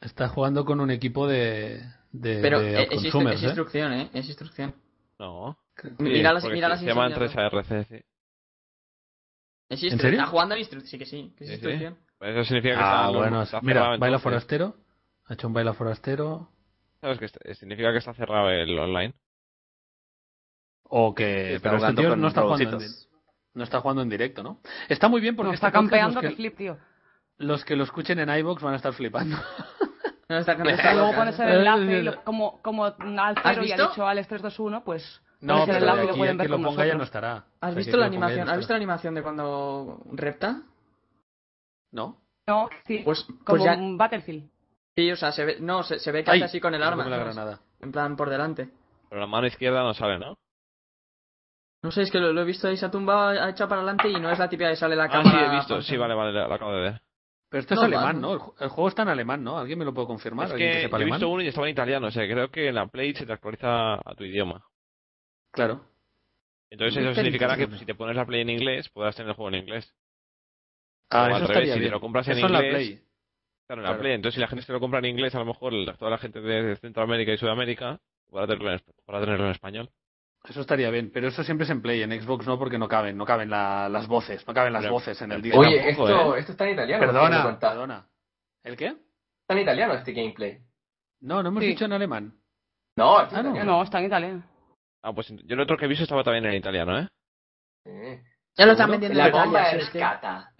C: estás jugando con un equipo de. de,
A: Pero
C: de
A: eh, es, instru-
C: consumers,
A: es
C: ¿eh?
A: instrucción, ¿eh? Es instrucción.
F: No.
A: Mira las-
F: porque
A: mira
F: se-
A: las
F: Se llaman
A: instrucciones.
F: 3ARC, sí.
A: Es
C: ¿En
A: instru-
C: serio?
A: Está jugando en instrucción. Sí que sí. Que es
F: Sí, sí.
A: instrucción.
F: Pues Eso significa que
C: Ah,
F: está...
C: bueno,
F: está cerrado,
C: mira,
F: entonces.
C: baila forastero. Ha hecho un baila forastero.
F: ¿Sabes? Que está- significa que está cerrado el online.
C: O que.
D: Está
C: pero este
D: jugando
C: tío
D: con
C: no está, jugando en,
D: robotcitos.
C: di- no está jugando en directo, ¿no? Está muy bien porque
B: Porque está
C: este podcast
B: campeando que
C: los, que,
B: flip,
C: [laughs]
B: tío.
C: los que lo escuchen en iBox van a estar flipando.
A: No, está, no está
B: Y luego
A: loca.
B: pones el
C: Eh,
B: enlace
C: eh,
B: y lo- como, como al
A: ¿Has
B: cero y ha
A: visto?
B: dicho Alex 321, pues.
C: No,
B: pones el
C: pero
B: enlace
C: de
B: y lo
C: aquí
B: pueden
C: a
B: ver
C: que lo
B: con
C: ponga ya no
B: nosotros.
C: estará. O
A: ¿Has
C: sea,
A: visto
C: que
A: la
C: lo ponga ya
A: animación?
C: no
A: ¿Has visto la
C: estará.
A: animación de cuando repta?
C: ¿No?
B: No, sí.
A: Pues, pues
B: como
A: ya.
B: un Battlefield.
A: Sí, o sea, se ve, no, se, se ve que
C: Ay,
A: hace así con el
C: se me
A: arma.
C: fue la
A: ¿sabes?
C: granada.
A: En plan, por delante.
F: Pero la mano izquierda no sale, ¿no?
A: No sé, es que lo, lo he visto ahí, se ha tumbado, ha echado para adelante y no es la típica que sale la
F: Ah,
A: cámara.
F: sí, he visto.
A: aparte.
F: Sí, vale, vale, lo lo acabo de ver.
C: Pero esto es
A: No,
C: alemán,
A: va-
C: ¿no? El, ju- el juego está en alemán, ¿no? ¿Alguien me lo puede confirmar?
F: Es
C: ¿Alguien que
F: que
C: sepa
F: yo he
C: alemán?
F: visto uno y estaba en italiano. O sea, creo que en la Play se te actualiza a tu idioma.
C: Claro.
F: Entonces
A: Muy
F: eso significará que
A: inteligente.
F: si te pones la Play en inglés, podrás tener el juego en inglés.
C: Ah,
F: al
C: eso
F: revés,
C: estaría
F: si te
C: bien.
F: lo compras en
C: Eso la
F: inglés,
C: Play.
F: Claro, en la
C: Claro.
F: Play. Entonces si la gente se lo compra en inglés, a lo mejor la- toda la gente de Centroamérica y Sudamérica podrá tenerlo en, podrá tenerlo en español.
C: Eso estaría bien, pero eso siempre es en Play, en Xbox no, porque no caben, no caben la- las voces, no caben las
F: Pero-
C: voces en el disco.
I: Oye, eh,
F: tampoco,
I: esto, esto está en italiano. me doy
C: ¿eh? perdona,
I: cuenta.
C: perdona. ¿El qué?
I: Está en italiano este gameplay.
C: No, no hemos
B: Sí.
C: dicho en alemán.
I: No, está
C: Ah,
I: en
C: no.
I: italiano.
B: No, está en italiano.
F: Ah, pues yo el otro que he visto estaba también en italiano, ¿eh?
I: Sí.
A: Ya lo están
C: Seguro.
A: vendiendo en
I: La bomba
A: Italia, sí,
I: de
A: es que-
I: rescata.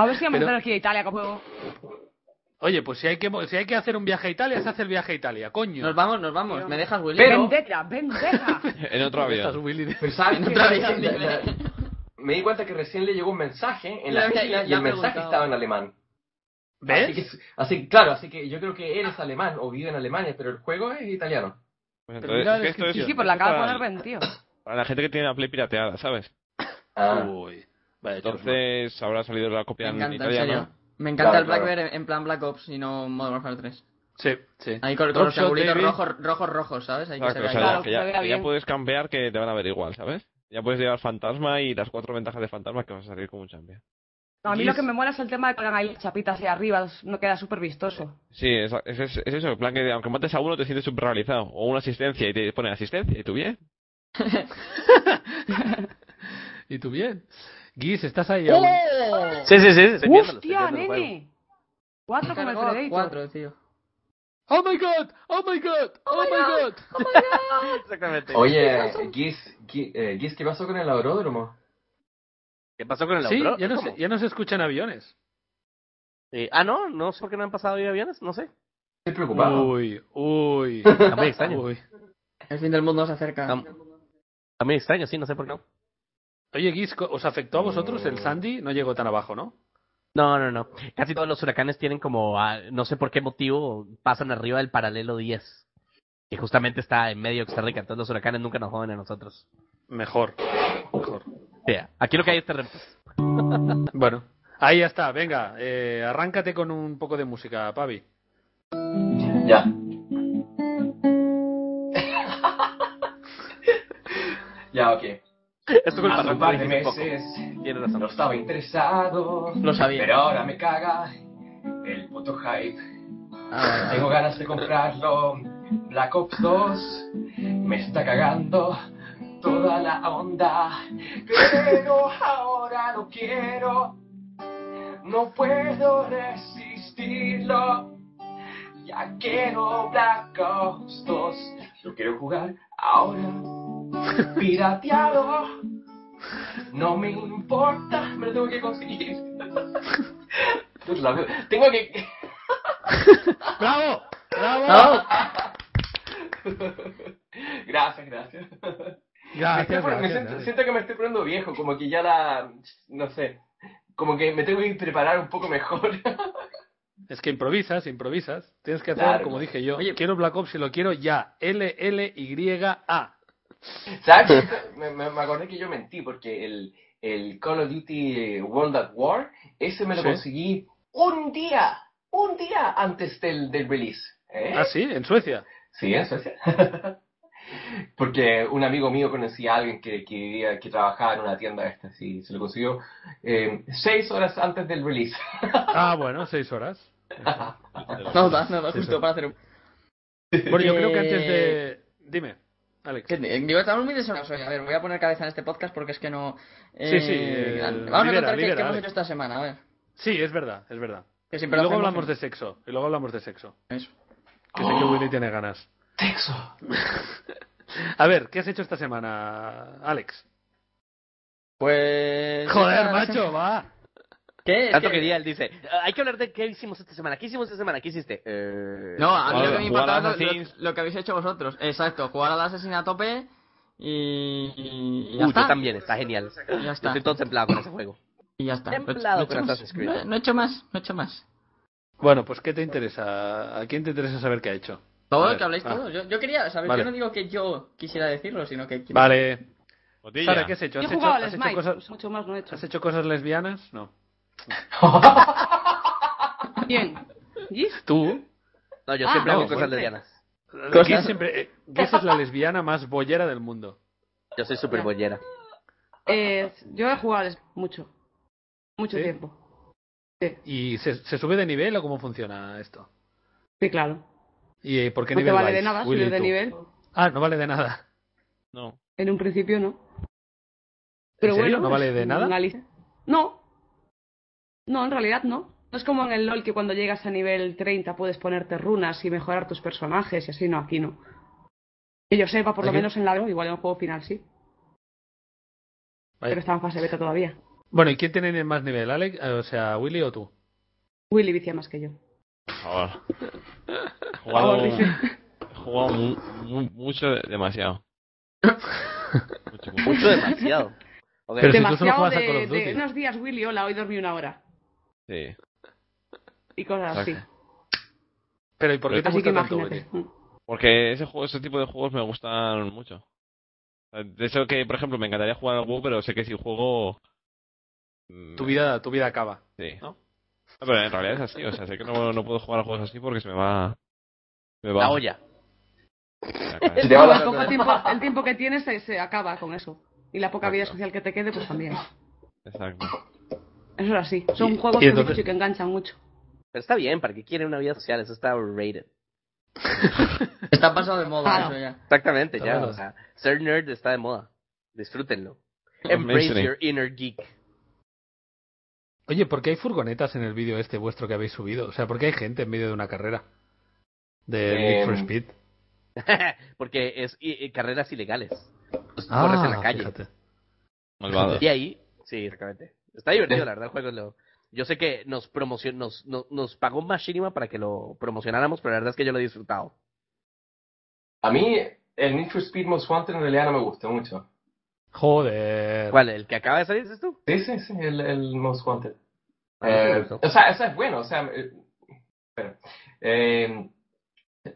B: A ver si vamos a
C: Pero-
B: tener aquí a Italia como juego.
C: Oye, pues si hay que mo- si hay que hacer un viaje a Italia, se hace el viaje a Italia, coño.
A: Nos vamos, nos vamos. ¿Me dejas, Willy?
I: Pero-
B: Vendetta,
C: [laughs]
B: vendetta.
F: En otro
C: ¿Dónde estás,
F: avión. Pues
C: Willy?
I: Pero ¿sabes
A: En
I: qué?
A: otra
I: La-
A: vez.
I: la- la- me di cuenta que recién le llegó un mensaje en la
A: Ya, ya,
I: página y
A: ya
I: el mensaje
A: preguntaba.
I: estaba en alemán. Así,
C: ¿Ves?
I: que, así- claro, así que yo creo que él es alemán o vive en Alemania, pero el juego es italiano.
F: Pues
C: Pero mira la
F: entonces, es que esto es-
C: descripción.
B: Sí, sí, pues la acaba de
F: para-
B: poner Ben, tío.
F: Para la gente que tiene la Play pirateada, ¿sabes?
I: Ah,
C: Uy, vaya chusma.
F: Entonces habrá salido la
A: Me
F: copia en
A: encanta, en serio.
F: italiano.
A: Me encanta
I: Claro,
A: el Black
I: claro.
A: Bear en- en plan Black Ops y no Modern Warfare 3.
C: Sí, sí.
A: Ahí con, con
C: Drop
A: los
C: shot,
A: triangulitos
C: baby.
A: rojos, rojos, rojos, ¿sabes?
C: Ah,
A: Hay que ser
F: Exacto, o
A: ahí.
F: sea,
B: Claro,
F: que
B: que se
F: ya,
B: vea
F: que ya
B: bien.
F: puedes campear que te van a ver igual, ¿sabes? Ya puedes llevar fantasma y las cuatro ventajas de fantasma que vas a salir como un champion.
B: No, a mí
C: Yes.
B: lo que me mola es el tema de que hagan ahí las chapitas hacia arriba, no queda súper vistoso.
F: Sí, es, es, es- es eso, el plan que aunque mates a uno te sientes super realizado. O una asistencia y te pone asistencia y tú bien.
C: ¿Y tú bien? Guis, ¿estás ahí aún?
D: ¡Oh!
J: Sí, sí, sí.
D: Estoy viéndolo, estoy
B: ¡Hostia,
D: viendo el juego.
B: nene! Cuatro como el
A: Cargó a
B: Predator.
A: cuatro, tío.
C: ¡Oh my god! ¡Oh my god! ¡Oh my god!
J: Exactamente.
I: oye, Giz, Gi- eh, Giz, ¿qué pasó con el aeródromo?
J: ¿Qué pasó con el
C: Sí,
J: autor?
C: ya no,
J: ¿Cómo?
C: se, ya no se escuchan aviones.
D: Eh, ah, no, no sé por qué no han pasado hoy aviones, no sé.
I: Estoy preocupado.
C: Uy, uy.
D: Está muy extraño.
C: uy.
A: El fin del mundo se acerca.
D: Am- Está muy extraño, sí, no sé por qué no.
C: Oye, Guis, ¿co- ¿os afectó a vosotros el Sandy? No llegó tan abajo, ¿no?
D: No, no, no. Casi todos los huracanes tienen como, ah, no sé por qué motivo, pasan arriba del paralelo 10. Que justamente está en medio de Costa Rica, entonces los huracanes nunca nos joden a nosotros.
C: Mejor. Mejor.
D: Vea, aquí lo que hay es terremotos.
C: Bueno, ahí ya está. Venga, eh, arráncate con un poco de música, Pavi.
I: Ya. ya, ok.
D: Es tu culpa,
I: Hace un
D: Ramón,
I: par de
D: dijiste Ah, poco.
I: meses
D: Tienes
I: no
D: razón.
I: estaba interesado,
A: Lo sabía.
I: pero ahora me caga el puto hype.
A: Ah,
I: Tengo ganas de comprarlo. Black Ops 2 me está cagando toda la onda. Pero ahora no quiero, no puedo resistirlo. Ya quiero Black Ops 2. Lo quiero jugar ahora. Pirateado. No me importa, me lo tengo que conseguir. [laughs] tengo que.
C: ¡Bravo! ¡Bravo!
I: gracias, gracias. Me estoy
C: Ah, Gracias,
I: poniendo- me
C: gracias,
I: siento,
C: gracias.
I: siento que me estoy poniendo viejo, como que ya la. No sé. Como que me tengo que preparar un poco mejor. [laughs]
C: Es que improvisas, improvisas. Tienes que hacer,
I: Claro.
C: como dije yo,
A: Oye.
C: quiero Black Ops y lo quiero ya. L-L-Y-A.
I: ¿Sabes? me, me- me acordé que yo mentí porque el, el Call of Duty eh, World at War, ese me lo
C: Sí.
I: conseguí un día, un día antes del, del release. ¿eh?
C: Ah, sí, en Suecia.
I: Sí, en Suecia. [laughs] Porque un amigo mío conocía a alguien que, que vivía, que trabajaba en una tienda esta, sí, se lo consiguió eh, seis horas antes del release.
C: Ah, bueno, seis horas.
A: No, da, no, da, justo para hacer un...
C: Bueno, yo creo que
A: Eh,
C: antes de... Dime, Alex.
A: que- digo, estamos muy desonados hoy. A ver, voy a poner cabeza en este podcast porque es que no...
C: Sí, sí, eh,
A: vamos
C: libera,
A: a contar qué-
C: libera,
A: qué hemos
C: dale.
A: hecho esta semana, a ver.
C: Sí, es verdad, es verdad.
A: Que
C: Y
A: siempre lo
C: luego
A: hacemos
C: hablamos
A: en-
C: de sexo. Y luego hablamos de sexo.
A: Eso.
C: Que sé que
B: Oh.
C: Willy tiene ganas.
I: Texo.
C: [laughs] A ver, ¿qué has hecho esta semana, Alex?
A: Pues...
C: Joder,
A: esta-
C: macho, va.
A: ¿Qué? Es
D: Tanto
A: que-
D: que día él dice, "Ah, hay que hablar de qué hicimos esta semana, qué hicimos esta semana, qué hiciste. Eh,
A: No, a mí
F: Joder,
A: lo que me
F: jugar
A: importaba
F: al
A: es lo, lo,
F: Assassin's.
A: lo que habéis hecho vosotros. Exacto, jugar al Assassin a tope y... y- y ya
D: uh,
A: está.
D: yo también, está genial.
A: Ya está.
D: Yo estoy todo templado con ese juego.
A: Y ya está. No he-
D: Templado
A: no he hecho
D: con
A: más.
D: Assassin's Creed.
A: No- No he hecho más, no he hecho más.
C: Bueno, pues ¿qué te interesa? ¿A quién te interesa saber qué ha hecho?
A: Todo
C: A
A: lo
C: ver,
A: que habláis
C: ah.
A: todos. Yo, yo quería saber,
C: Vale.
A: yo no digo que yo quisiera decirlo, sino que...
C: Vale.
F: Botella.
C: Sara, ¿qué has hecho?
B: Yo
C: ¿Has
B: he
C: hecho,
B: jugado al
C: has hecho
B: Smite,
C: cosas,
B: pues mucho más no he hecho.
C: ¿Has hecho cosas lesbianas? No.
B: Bien. ¿Y?
C: ¿Tú?
D: No, yo
B: Ah,
D: siempre
C: no,
D: hago cosas
C: fuerte.
D: lesbianas.
C: Giz siempre- eh, Giz es la lesbiana más bollera del mundo.
D: Yo soy súper bollera.
B: Eh, yo he jugado al Smite mucho. Mucho
C: ¿Sí?
B: tiempo.
C: ¿Y se, se sube de nivel o cómo funciona esto?
B: Sí, claro.
C: ¿Y eh, por qué
B: no te
C: nivel
B: vale
C: vais,
B: de nada
C: Willy,
B: subir de
C: tú?
B: nivel.
C: Ah, no vale de nada.
F: No.
B: En un principio no.
C: ¿En serio? ¿No
B: pues,
C: vale de nada?
B: una lista- No. No, en realidad no. No es como en el LOL que cuando llegas a nivel 30 puedes ponerte runas y mejorar tus personajes y así, no, aquí no. Que yo sepa, por lo
C: Aquí-
B: menos en la demo, igual en un juego final sí,
C: Vaya.
B: pero está en fase beta todavía.
C: Bueno, ¿y quién tiene más nivel, Alex? Eh, O sea, Willy o tú.
B: Willy vicia más que yo.
F: Por favor. He
B: Ahora
F: jugado,
B: dice,
F: he jugado mu- mu- mucho, demasiado. Mucho, mucho.
D: Mucho demasiado. Ok.
C: Pero si tú solo
B: demasiado
C: juegas a Call
B: de,
C: of
B: de
C: Duty.
B: unos días, Willy, hola, hoy dormí una hora.
F: Sí.
B: Y cosas así.
F: Exacto.
C: Pero ¿y por qué te
B: Así que
C: gusta tanto, Willy?
B: imagínate. Mm.
F: Porque ese, juego, ese tipo de juegos me gustan mucho. De eso que, por ejemplo, me encantaría jugar al WoW, pero sé que si juego... mm,
C: Tu vida, tu vida acaba.
F: Sí.
C: ¿no?
F: No, pero en realidad es así, o sea, sé que no, no puedo jugar a juegos así porque se me va... Me va
D: La olla.
F: la cabeza.
I: Si te va
B: Con
I: la-
B: el poco tiempo, el tiempo que tienes se, se acaba con eso. Y la poca vida social que te quede, pues también.
F: Exacto.
B: Eso era así. Son
C: Y-
B: juegos
C: y
B: que
C: entonces-
B: mucho y que enganchan mucho.
D: Pero está bien, ¿para qué quiere una vida social? Eso está overrated.
A: Está pasado de moda
B: Claro.
A: eso ya.
D: Exactamente, ya.
C: Claro.
D: O sea, ser nerd está de moda. Disfrútenlo.
F: Amazing.
D: Embrace your inner geek.
C: Oye, ¿por qué hay furgonetas en el vídeo este vuestro que habéis subido? O sea, ¿por qué hay gente en medio de una carrera? De Need for
I: Em,
C: Speed.
D: Porque es y- y carreras ilegales. Pues tú
C: Ah,
D: corres en la calle.
C: fíjate.
F: Malvado.
D: Y ahí, sí, exactamente. Está divertido, la verdad, el juego. Lo... Yo sé que nos promocionó, nos, no- nos pagó Machinima para que lo promocionáramos, pero la verdad es que yo lo he disfrutado.
I: A mí, el Need for Speed Most Wanted en realidad no me gusta mucho.
C: Joder.
D: ¿Cuál? ¿El que acaba de salir, dices tú?
I: Sí, sí, sí, el, el Most Wanted.
D: A mí sí me
I: Eh,
D: gustó.
I: o sea, eso es bueno, o sea, eh, pero, eh,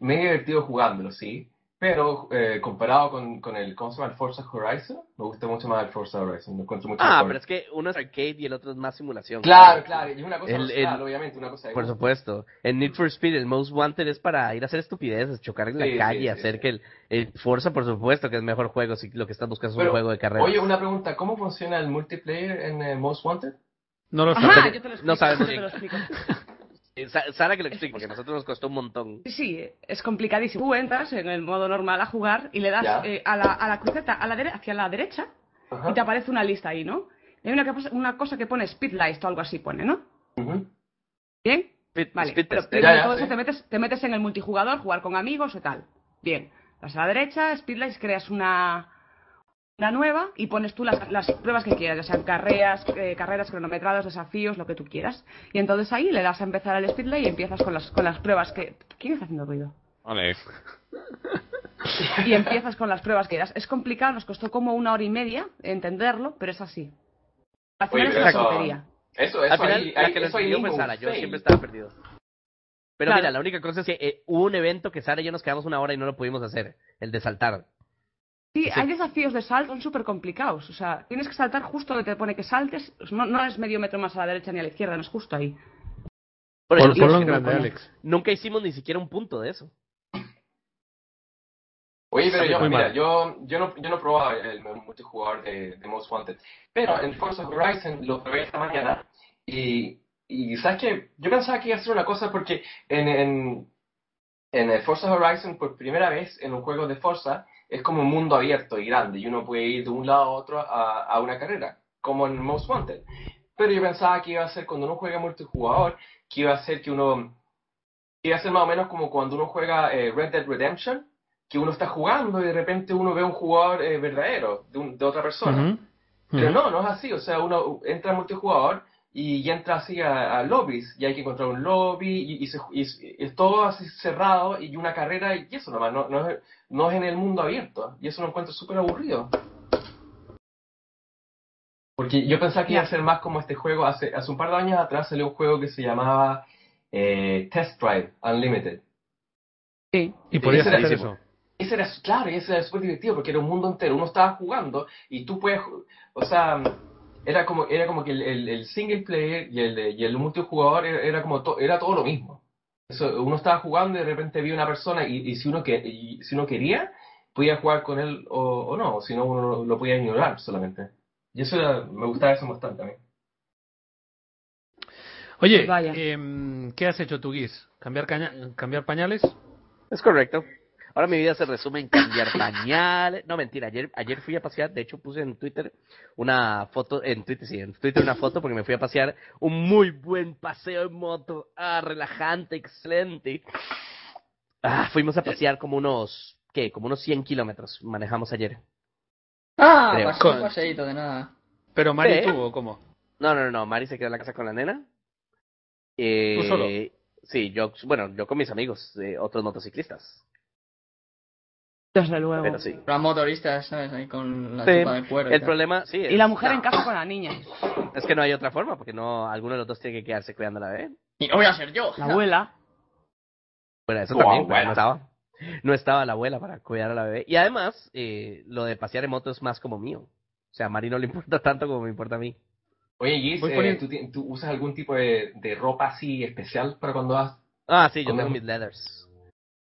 I: me he divertido jugándolo, sí, pero eh, comparado con, con el, ¿cómo se llama? El Forza Horizon, me gusta mucho más el Forza Horizon, lo encuentro mucho
D: Ah,
I: mejor.
D: pero es que uno es arcade y el otro es más simulación.
I: Claro, claro, y es una cosa
D: El-
I: personal,
D: el-
I: obviamente, una cosa de
D: Por
I: gusto.
D: supuesto. En Need for Speed, el Most Wanted es para ir a hacer estupideces, chocar en la
I: Sí, sí,
D: calle,
I: sí,
D: hacer
I: sí.
D: que el, el Forza, por supuesto, que es mejor juego si lo que estás buscando es un
I: Pero,
D: juego de carreras.
I: Oye, una pregunta, ¿cómo funciona el multiplayer en eh, Most Wanted?
C: No lo sé.
B: Ajá, yo te lo explico.
D: No
B: [laughs]
D: sabes
B: yo
D: muy
B: te lo explico.
D: Eh, Sa- Sara que lo explique, porque a nosotros nos costó un montón.
B: Sí, sí, es complicadísimo. Tú entras en el modo normal a jugar y le das
I: Ya.
B: eh, a, la, a la cruceta a la dere- hacia la derecha
I: Ajá.
B: y te aparece una lista ahí, ¿no? Y hay una, que pos- una cosa que pone Speed List o algo así pone, ¿no?
I: Ujú.
B: ¿Bien?
D: Speed-
B: Vale,
D: speed
B: pero
D: test.
B: primero
I: Ya,
B: de
I: ya,
B: todo
I: sí.
B: eso te metes, te metes en el multijugador, jugar con amigos o tal. Bien, vas a la derecha, Speedlines, creas una, una nueva y pones tú las, las pruebas que quieras, ya sean carreras, eh, carreras cronometradas, desafíos, lo que tú quieras. Y entonces ahí le das a empezar al Speedlay y empiezas con las, con las pruebas que... ¿Quién está haciendo ruido?
F: Vale.
B: Y empiezas con las pruebas que quieras. Es complicado, nos costó como una hora y media entenderlo, pero es así. Al final
I: Oye,
B: es
I: pero
B: una
I: eso-
B: tontería.
I: Eso, eso,
D: Al final,
I: ahí-
D: la
I: ahí-
D: que lo
I: eso ahí
D: entendió
I: ningún
D: fue Sara, yo
I: fail.
D: siempre estaba perdido. Pero
B: Claro.
D: mira, la única cosa es que eh, hubo un evento que Sara y yo nos quedamos una hora y no lo pudimos hacer, el de saltar.
B: Sí, hay desafíos de salto, son súper complicados. O sea, tienes que saltar justo donde te pone que saltes. Pues No, no es medio metro más a la derecha ni a la izquierda, no es justo ahí.
D: Por
C: Pon-
D: ejemplo,
C: ponlo
D: es
C: en
D: que
C: grande,
D: nunca-
C: Alex.
D: Nunca hicimos ni siquiera un punto de eso.
I: Oye, pero yo,
C: Muy
I: mira,
C: mal.
I: yo, yo no, yo no probaba el multijugador de, de Most Wanted, pero en Forza Horizon lo probé esta mañana y, y ¿sabes qué? Yo pensaba que iba a ser una cosa porque en, en, en el Forza Horizon, por primera vez en un juego de Forza, es como un mundo abierto y grande y uno puede ir de un lado a otro a, a una carrera, como en Most Wanted. Pero yo pensaba que iba a ser cuando uno juega multijugador, que iba a ser que uno... que Iba a ser más o menos como cuando uno juega eh, Red Dead Redemption, que uno está jugando y de repente uno ve un jugador eh, verdadero de, un- de otra persona.
C: Ujú.
I: Pero
C: Ujú.
I: no, no es así. O sea, uno entra al multijugador y, y entra así a, a lobbies y hay que encontrar un lobby y, y se- y es- y es todo así cerrado y una carrera y eso nomás. No, no, es, no es en el mundo abierto. Y eso lo encuentro súper aburrido. Porque yo pensaba que iba a ser más como este juego. Hace, hace un par de años atrás salió un juego que se llamaba eh, Test Drive Unlimited.
B: Sí.
C: Y podías
I: Ese era
C: hacer
I: el-
C: eso.
I: Ese era, claro, y ese era súper divertido porque era un mundo entero. Uno estaba jugando y tú puedes. O sea, era como, era como que el, el- el single player y el, y el multijugador era, era como to- era todo lo mismo. Eso, uno estaba jugando y de repente vi una persona y, y si uno que y si uno quería, podía jugar con él o, o no. o Si no, uno lo, lo podía ignorar solamente. Y eso era- me gustaba eso bastante a mí.
C: Oye,
B: Vaya.
C: em, ¿qué has hecho tú, Guis? ¿Cambiar, caña- ¿Cambiar pañales?
D: Es correcto. Ahora mi vida se resume en cambiar pañales. No, mentira, ayer, ayer fui a pasear, de hecho puse en Twitter una foto, en Twitter sí, en Twitter una foto porque me fui a pasear un muy buen paseo en moto, ah, relajante, excelente. Ah, fuimos a pasear como unos, ¿qué? Como unos 100 kilómetros manejamos ayer.
A: Ah,
D: Creo.
A: pasó un
C: Con-
A: paseíto de nada.
C: ¿Pero Mario
D: Sí.
C: tuvo o cómo?
D: No, no, no, Mari se quedó en la casa con la nena.
C: ¿Tú solo?
D: Eh, sí, yo, bueno, yo con mis amigos, eh, otros motociclistas.
B: Desde luego.
D: Pero sí.
A: Los motoristas, ¿sabes? Ahí con la
D: Sí,
A: chupa de cuero. y
D: El
A: tal.
D: problema, sí,
B: Y
D: es,
B: la mujer en casa con la niña.
D: es que no hay otra forma, porque no, alguno de los dos tiene que quedarse cuidando a la bebé.
A: Y no voy a ser yo.
B: La abuela.
D: Bueno, eso
I: Tu
D: también, pero
I: abuela.
D: no estaba. No estaba la abuela para cuidar a la bebé. Y además, eh, lo de pasear en moto es más como mío. O sea, a Mari no le [laughs] importa tanto como me importa a mí.
I: Oye, Gis,
C: Voy
I: eh,
C: poniendo-
I: ¿tú, ti- tú usas algún tipo de, de ropa así especial para cuando vas?
D: Ah, sí, yo
I: ¿Cómo?
D: tengo mis leathers.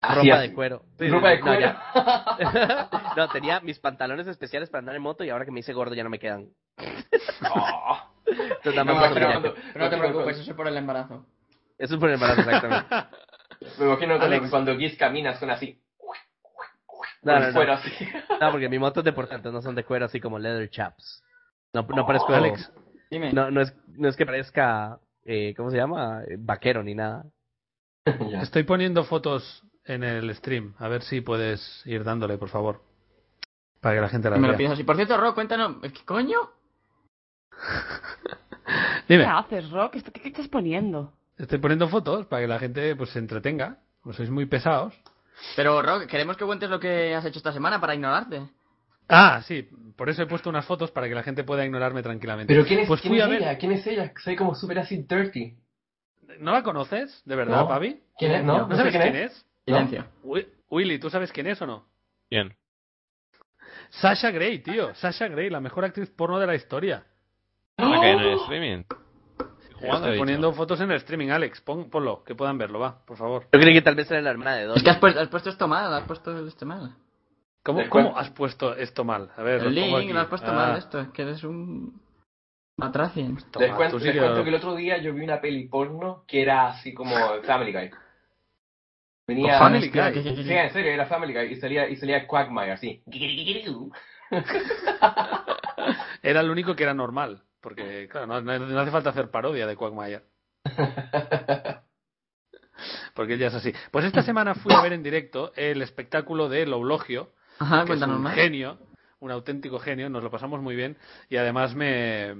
I: así
D: Ropa
I: a-
D: de cuero. Sí,
I: Ah, Ropa
D: sí,
I: de
D: no,
I: cuero.
D: ya.
I: [laughs]
D: [laughs] no, tenía mis pantalones especiales para andar en moto y ahora que me hice gordo ya no me quedan.
I: Oh.
D: Entonces,
A: No,
D: dame un
I: No,
D: paso
A: pero,
D: ya.
I: cuando-
A: pero no te preocupes, eso es por el embarazo.
D: Eso es por el embarazo, exactamente.
I: Me imagino cuando,
D: Alex.
I: cuando Gis camina suena así.
D: No,
I: por
D: no, no.
C: [laughs]
I: fuera así.
D: No, porque mi moto es de portantes, no son de cuero así como leather chaps. No, no parezco...
C: Alex.
A: Dime.
D: No, no, es, no es que parezca... Eh, ¿Cómo se llama? Eh, Vaquero ni nada.
I: Ya.
C: Estoy poniendo fotos en el stream. A ver si puedes ir dándole, por favor. Para que la gente las
A: me lo
C: vea.
A: pienso así. Por cierto, Ro, cuéntanos. ¿Qué coño?
B: ¿Qué
C: Dime,
B: haces, Rock? ¿Esto- ¿Qué, qué estás poniendo?
C: estoy poniendo fotos para que la gente pues se entretenga. Pues sois muy pesados.
A: Pero, Ro, queremos que cuentes lo que has hecho esta semana para ignorarte.
C: Ah, sí. Por eso he puesto unas fotos para que la gente pueda ignorarme tranquilamente.
I: Pero ¿quién es,
C: pues
I: quién
C: fui
I: es
C: a ver.
I: ella? ¿Quién es ella? Soy como súper así dirty.
C: ¿No la conoces? ¿De verdad,
I: No.
C: Pavi?
I: ¿Quién es? No,
C: ¿No,
I: no sé
C: sabes
I: quién
C: quién es?
I: ¿No?
A: Silencio.
C: Wi- Willy, ¿tú sabes quién es o no?
F: Bien.
C: Sasha Grey, tío. Sasha Grey, la mejor actriz porno de la historia.
F: ¿La Ah, que en el streaming? Jugando, he
C: ¡Oh! Estoy
F: dicho.
C: poniendo fotos en el streaming, Alex. Pon, ponlo, que puedan verlo, va, por favor.
D: Yo creí que tal vez era la hermana de
A: Es que
D: Donnie.
A: has, puesto- has puesto esto mal, has puesto esto mal.
C: ¿Cómo,
I: ¿De cuál?
C: cómo has puesto esto mal? A ver, lo
A: El
C: pongo
A: link
C: aquí.
A: lo has puesto
C: Ah,
A: mal esto, es que eres un... Matracien.
C: toma,
I: Les cuento,
C: tú sí
I: les
C: que
I: cuento
C: lo-
I: que el otro día yo vi una peli porno que era así como Family Guy. Venía... este,
C: Family
A: Espera,
C: Guy.
A: que- que- que-
I: Sí, en serio, era Family Guy y salía, y salía Quagmire así.
C: Era el único que era normal. Porque, claro, no, no- no hace falta hacer parodia
A: [laughs]
C: de Quagmire. Porque él ya es así. Pues esta semana fui a ver en directo el espectáculo de El Oblogio,
A: Ajá,
C: que es
A: cuéntanos
C: un
A: más.
C: genio, un auténtico genio, nos lo pasamos muy bien y además me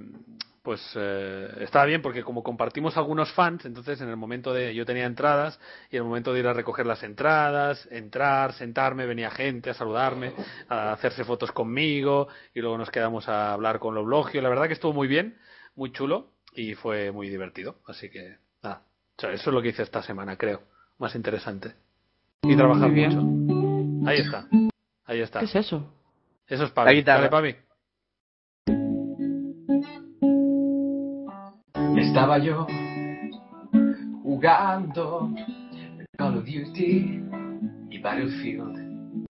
C: pues eh, estaba bien porque como compartimos algunos fans, entonces en el momento de yo tenía entradas y en el momento de ir a recoger las entradas, entrar, sentarme, venía gente a saludarme, a hacerse fotos conmigo y luego nos quedamos a hablar con Loblogio. La verdad que estuvo muy bien, muy chulo y fue muy divertido, así que nada. O sea, eso es lo que hice esta semana, creo, más interesante. Y trabajar
B: Muy bien.
C: mucho. Ahí está. Ahí está.
B: ¿Qué es eso?
C: Eso es
D: La
C: Pavi.
D: guitarra.
C: Dale, Pavi.
I: Estaba yo jugando Call of Duty y Battlefield.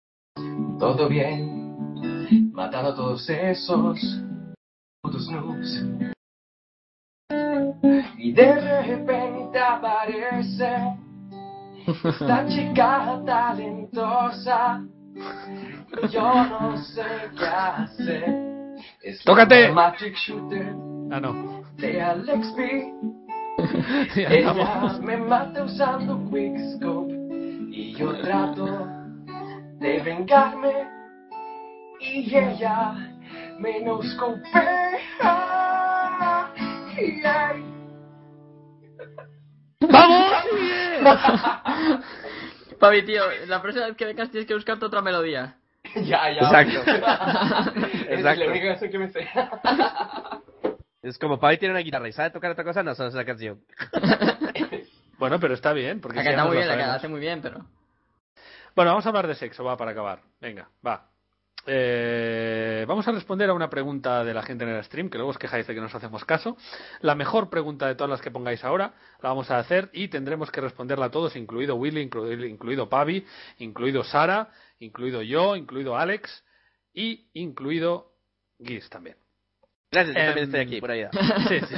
I: Todo bien, matando a todos esos putos noobs. Y de repente aparece esta chica talentosa. Y Yo no sé qué hacer. Es la
C: Tócate.
I: Magic Shooter
C: Ah, no. [laughs]
I: de Alex B. [laughs]
C: Ya
B: Eh,
I: Ella
C: estamos.
I: me mata usando Quickscope y yo trato de vengarme y ella me noscopea. Y ay,
A: Pavi, tío, la próxima vez que vengas tienes que buscarte otra melodía.
I: [laughs] Ya,
D: [laughs]
I: ya.
D: Exacto. [laughs]
I: Es
D: Exacto.
I: la única canción que me sé.
D: Es como Pavi tiene una guitarra y sabe tocar otra cosa, no sabes esa canción.
C: Bueno, pero está bien. Porque
A: La
C: si
A: que
C: ya
A: está
C: nos
A: muy
C: lo
A: bien, la que
C: sabemos.
A: hace muy bien, pero...
C: Bueno, vamos a hablar de sexo, va, para acabar. Venga, va. Eh, vamos a responder a una pregunta de la gente en el stream, que luego os quejáis de que nos hacemos caso. La mejor pregunta de todas las que pongáis ahora la vamos a hacer y tendremos que responderla a todos, incluido Willy, inclu- incluido Pavi, incluido Sara, incluido yo, incluido Alex y incluido Giz también.
D: Gracias, yo
C: Em,
D: también estoy aquí, por ahí.
C: Sí,
D: [laughs]
C: sí.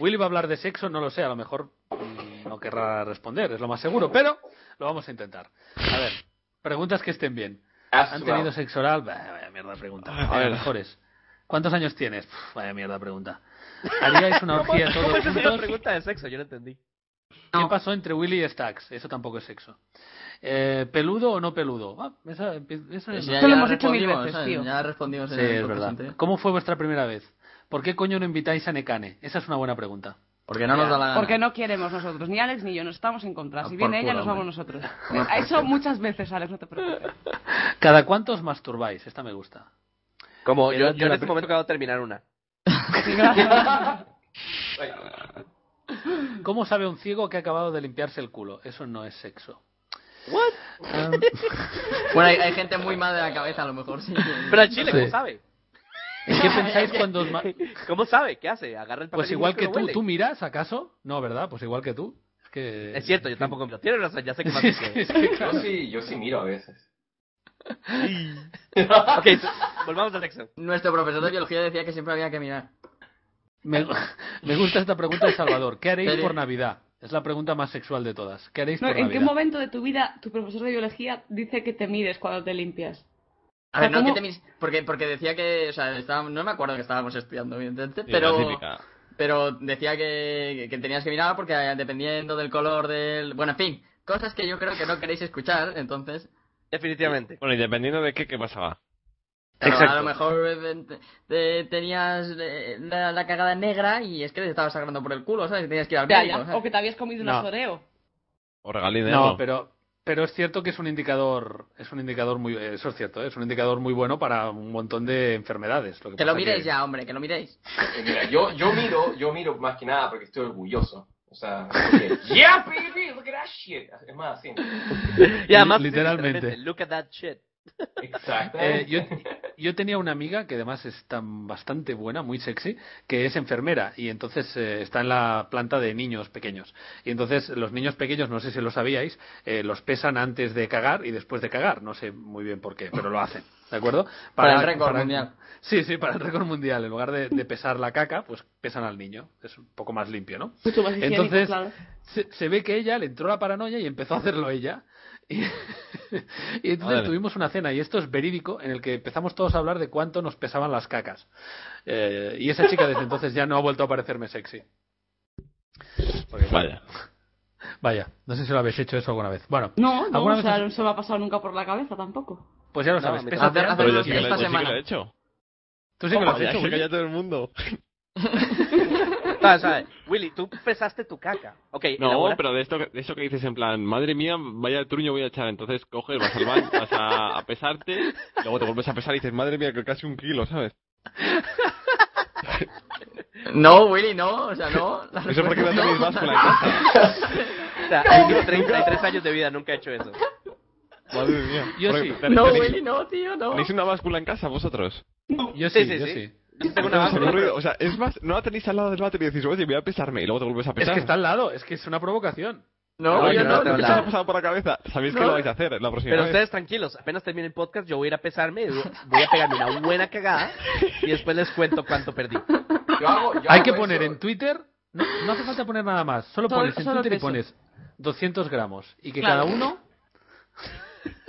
C: Willy va a hablar de sexo, no lo sé, a lo mejor mm, no querrá responder, es lo más seguro, pero lo vamos a intentar. A ver, preguntas que estén bien. ¿Han tenido sexo oral? Bah, vaya mierda de pregunta.
F: A
C: A
F: ver.
C: ver, mejores. ¿Cuántos años tienes? Pff, vaya mierda de pregunta. ¿Haríais una orgía
D: [laughs] ¿Cómo
C: todos
D: es esa
C: juntos?
D: pregunta de sexo? Yo no entendí.
C: ¿Qué pasó entre Willy y Stax? Eso tampoco es sexo. Eh, ¿Peludo o no peludo? Ah, esa- esa-
A: Eso
B: lo
A: ya
B: hemos hecho mil
A: respondimos,
B: veces,
A: ¿sabes?
B: tío.
A: Ya respondimos
C: Sí,
A: en el
C: es
A: podcast
C: verdad.
A: anterior.
C: ¿Cómo fue vuestra primera vez? ¿Por qué coño no invitáis a Nekane? Esa es una buena pregunta.
A: Porque no nos da la gana.
B: Porque no queremos nosotros, ni Alex ni yo, nos estamos en contra.
A: Ah,
B: Si
A: por
B: viene ella,
A: culo,
B: nos vamos
A: hombre.
B: nosotros.
A: No,
B: A eso
A: perfecto.
B: muchas veces, Alex, no te preocupes.
C: ¿Cada cuánto os masturbáis? Esta me gusta.
D: Como
C: Yo-
D: yo,
C: yo
D: yo en
C: la
D: este
C: pri-
D: momento acabo de terminar una.
B: Sí, gracias.
C: ¿Cómo sabe un ciego que ha acabado de limpiarse el culo? Eso no es sexo.
B: Ah.
C: What?
A: Bueno, hay, hay gente muy mal de la cabeza, a lo mejor,
B: [laughs]
A: sí.
D: Pero al chile, ¿cómo
C: Sí.
D: sabe?
C: ¿Qué pensáis cuando
B: [laughs]
C: os ma-
D: ¿Cómo sabe? ¿Qué hace? Agarra el papel
C: Pues igual que
D: higiénico y
C: tú.
D: lo
C: ¿Tú
D: huele.
C: miras, acaso? No, ¿verdad? Pues igual que tú. Es que...
D: Es
C: [laughs]
D: cierto, yo tampoco miro. Tienes razón, ya sé que más
C: Es que- es que-
I: Yo sí, yo sí miro a veces.
D: Ok, entonces, volvamos al sexo.
A: Nuestro profesor de biología decía que siempre había que mirar.
C: me, me gusta esta pregunta de Salvador. ¿Qué haréis
A: Pero-
C: por Navidad? Es la pregunta más sexual de todas. ¿Qué haréis
B: No,
C: por
B: ¿En qué
C: Navidad?
B: momento de tu vida tu profesor de biología dice que te mires cuando te limpias?
A: A ver, no,
B: ¿Cómo?
A: que te mis- porque, porque decía que, o sea, estábamos- no me acuerdo que estábamos estudiando, evidentemente,
F: Sí,
A: pero,
F: la típica.
A: pero decía que, que tenías que mirar porque eh, dependiendo del color del... Bueno, en fin, cosas que yo creo que no queréis escuchar, entonces...
D: Definitivamente.
F: Bueno, y dependiendo de qué, qué pasaba.
A: Pero
D: Exacto.
A: A lo mejor eh, te- te- tenías eh, la, la cagada negra y es que te estabas sangrando por el culo, ¿sabes? Y Tenías que ir al
B: Ya,
A: médico,
B: ya,
A: ¿sabes?
B: O que te habías comido
C: No.
B: un oreo.
F: O regalines.
C: No, pero pero es cierto que es un indicador es un indicador muy eso es cierto, ¿eh? es un indicador muy bueno para un montón de enfermedades. Lo que
A: Que lo
C: pasa
A: miréis
C: que-
A: ya, hombre, que lo miréis.
I: Eh, Mira, yo, yo miro, yo miro más que nada porque estoy orgulloso. O sea, porque, yeah, baby, look at that shit. Es más,
C: Eh,
I: así.
D: Y además,
C: Literalmente.
D: Look at that shit.
I: Exacto.
C: Eh, yo,
A: [laughs]
C: yo tenía una amiga que además es tan bastante buena, muy sexy, que es enfermera y entonces eh, está en la planta de niños pequeños. Y entonces los niños pequeños, no sé si lo sabíais, eh, los pesan antes de cagar y después de cagar. No sé muy bien por qué, pero lo hacen. ¿De acuerdo?
A: [laughs] Para el récord mundial.
C: Sí, sí, para el récord mundial. En lugar de, de pesar la caca, pues pesan al niño. Es un poco más limpio, ¿no?
B: Mucho más higiénico,
C: Entonces,
B: claro.
C: se, se ve que ella le entró la paranoia y empezó a hacerlo ella. [laughs] Y, y entonces
F: Madre.
C: tuvimos una cena, y esto es verídico, en el que empezamos todos a hablar de cuánto nos pesaban las cacas. Eh, y esa chica desde entonces ya no ha vuelto a parecerme sexy. Porque,
F: Vaya.
C: Vaya, no sé si lo habéis hecho eso alguna vez. Bueno,
B: No, no,
C: ¿alguna
B: o
C: vez
B: sea,
C: has-
B: no se me ha pasado nunca por la cabeza tampoco.
C: pues ya lo
D: No,
C: sabes.
D: a mí
C: pésate
A: tampoco.
C: antes-
F: Pero yo
A: Hacerlo
F: sí que, lo-
A: esta
F: yo pues sí que lo
A: semana.
F: he hecho.
C: Tú sí que lo has
F: Ya
C: hecho,
F: se
C: Willy.
F: calla todo el mundo.
D: No, Ah, o sea, Willy, tú pesaste tu caca. Ok,
F: No,
D: elabora.
F: pero de esto, que- de esto que dices en plan, madre mía, vaya truño voy a echar. Entonces coges, vas al baño, vas a, a pesarte, luego te vuelves a pesar y dices, madre mía, que casi un kilo, ¿sabes?
A: No, Willy, no, o sea, no. La
F: [laughs] Eso porque no
A: respuesta
F: tenéis báscula
A: [laughs]
F: en casa.
D: O sea, yo tengo 33 años de vida, nunca he hecho eso.
F: Madre mía.
C: Yo
F: Porque
C: sí.
F: tenéis-
A: No,
F: tenéis-
A: Willy, no, tío, no.
F: ¿Tenéis una báscula en casa vosotros?
C: Yo sí,
D: Sí, sí,
C: yo
D: sí.
C: sí.
D: Yo tengo
F: ¿No
D: una
F: os ha
D: báscula.
F: ocurrido? O sea, es más, no la tenéis al lado del váter y decís, oye, voy a pesarme, y luego te vuelves a
C: Es
F: pesar.
C: que está al lado, es que es una provocación.
A: No,
F: Oye,
A: yo
F: no,
A: no.
F: ¿qué
D: no,
F: os
D: no.
F: ha pasado por la cabeza? ¿Sabéis que
A: No.
F: lo vais a hacer la próxima
D: Pero
F: vez?
D: ustedes tranquilos, apenas termine el podcast, yo voy a ir a pesarme, voy a pegarme una buena cagada y después les cuento cuánto perdí.
I: Yo hago- yo
C: Hay
I: hago
C: que
I: eso.
C: poner en Twitter, no, no hace falta poner nada más, solo
B: Solo-
C: pones en
B: solo
C: Twitter y
B: peso.
C: pones 200 gramos y que
B: Claro.
C: cada uno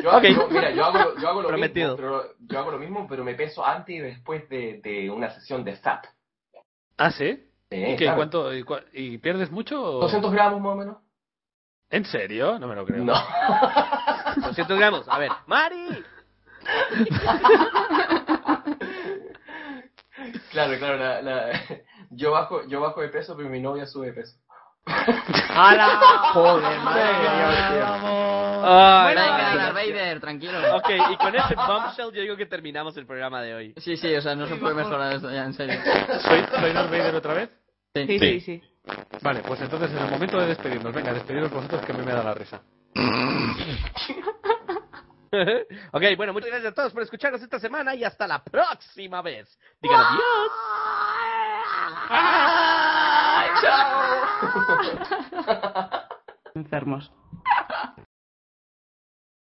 I: Yo, hago-
D: Ok.
I: yo- mira, yo hago, yo hago lo
D: Prometido.
I: mismo, pero yo hago lo mismo, pero me peso antes y después de, de una sesión de SAP.
C: hace.
I: Eh,
C: ¿Y qué?
I: claro.
C: ¿Cuánto? ¿Y, cua- y pierdes mucho? o-
I: 200 gramos más o menos.
C: ¿En serio? No me lo creo.
I: No.
D: 200 gramos, a ver, Mari.
I: Claro, claro, la- la- [laughs] yo bajo, yo bajo de peso, pero mi novia sube de peso.
A: Joder, madre de Dios, tío.
C: Vamos.
D: Ay,
A: Bueno,
D: no,
A: venga,
D: no,
A: Darth
D: no.
A: Vader, tranquilo.
D: Ok, y con este bombshell yo digo que terminamos el programa de hoy.
A: Sí, sí, o sea, no se puede mejorar esto ya, en serio.
C: ¿Soy, soy Darth Vader otra vez?
B: Sí, sí, sí.
C: Vale, pues entonces en el momento de despedirnos, venga, despediros vosotros que a mí me da la risa.
D: [laughs] ok, bueno, muchas gracias a todos por escucharnos esta semana y hasta la próxima vez. Digan adiós.
I: ¡Chao!
B: Enfermos.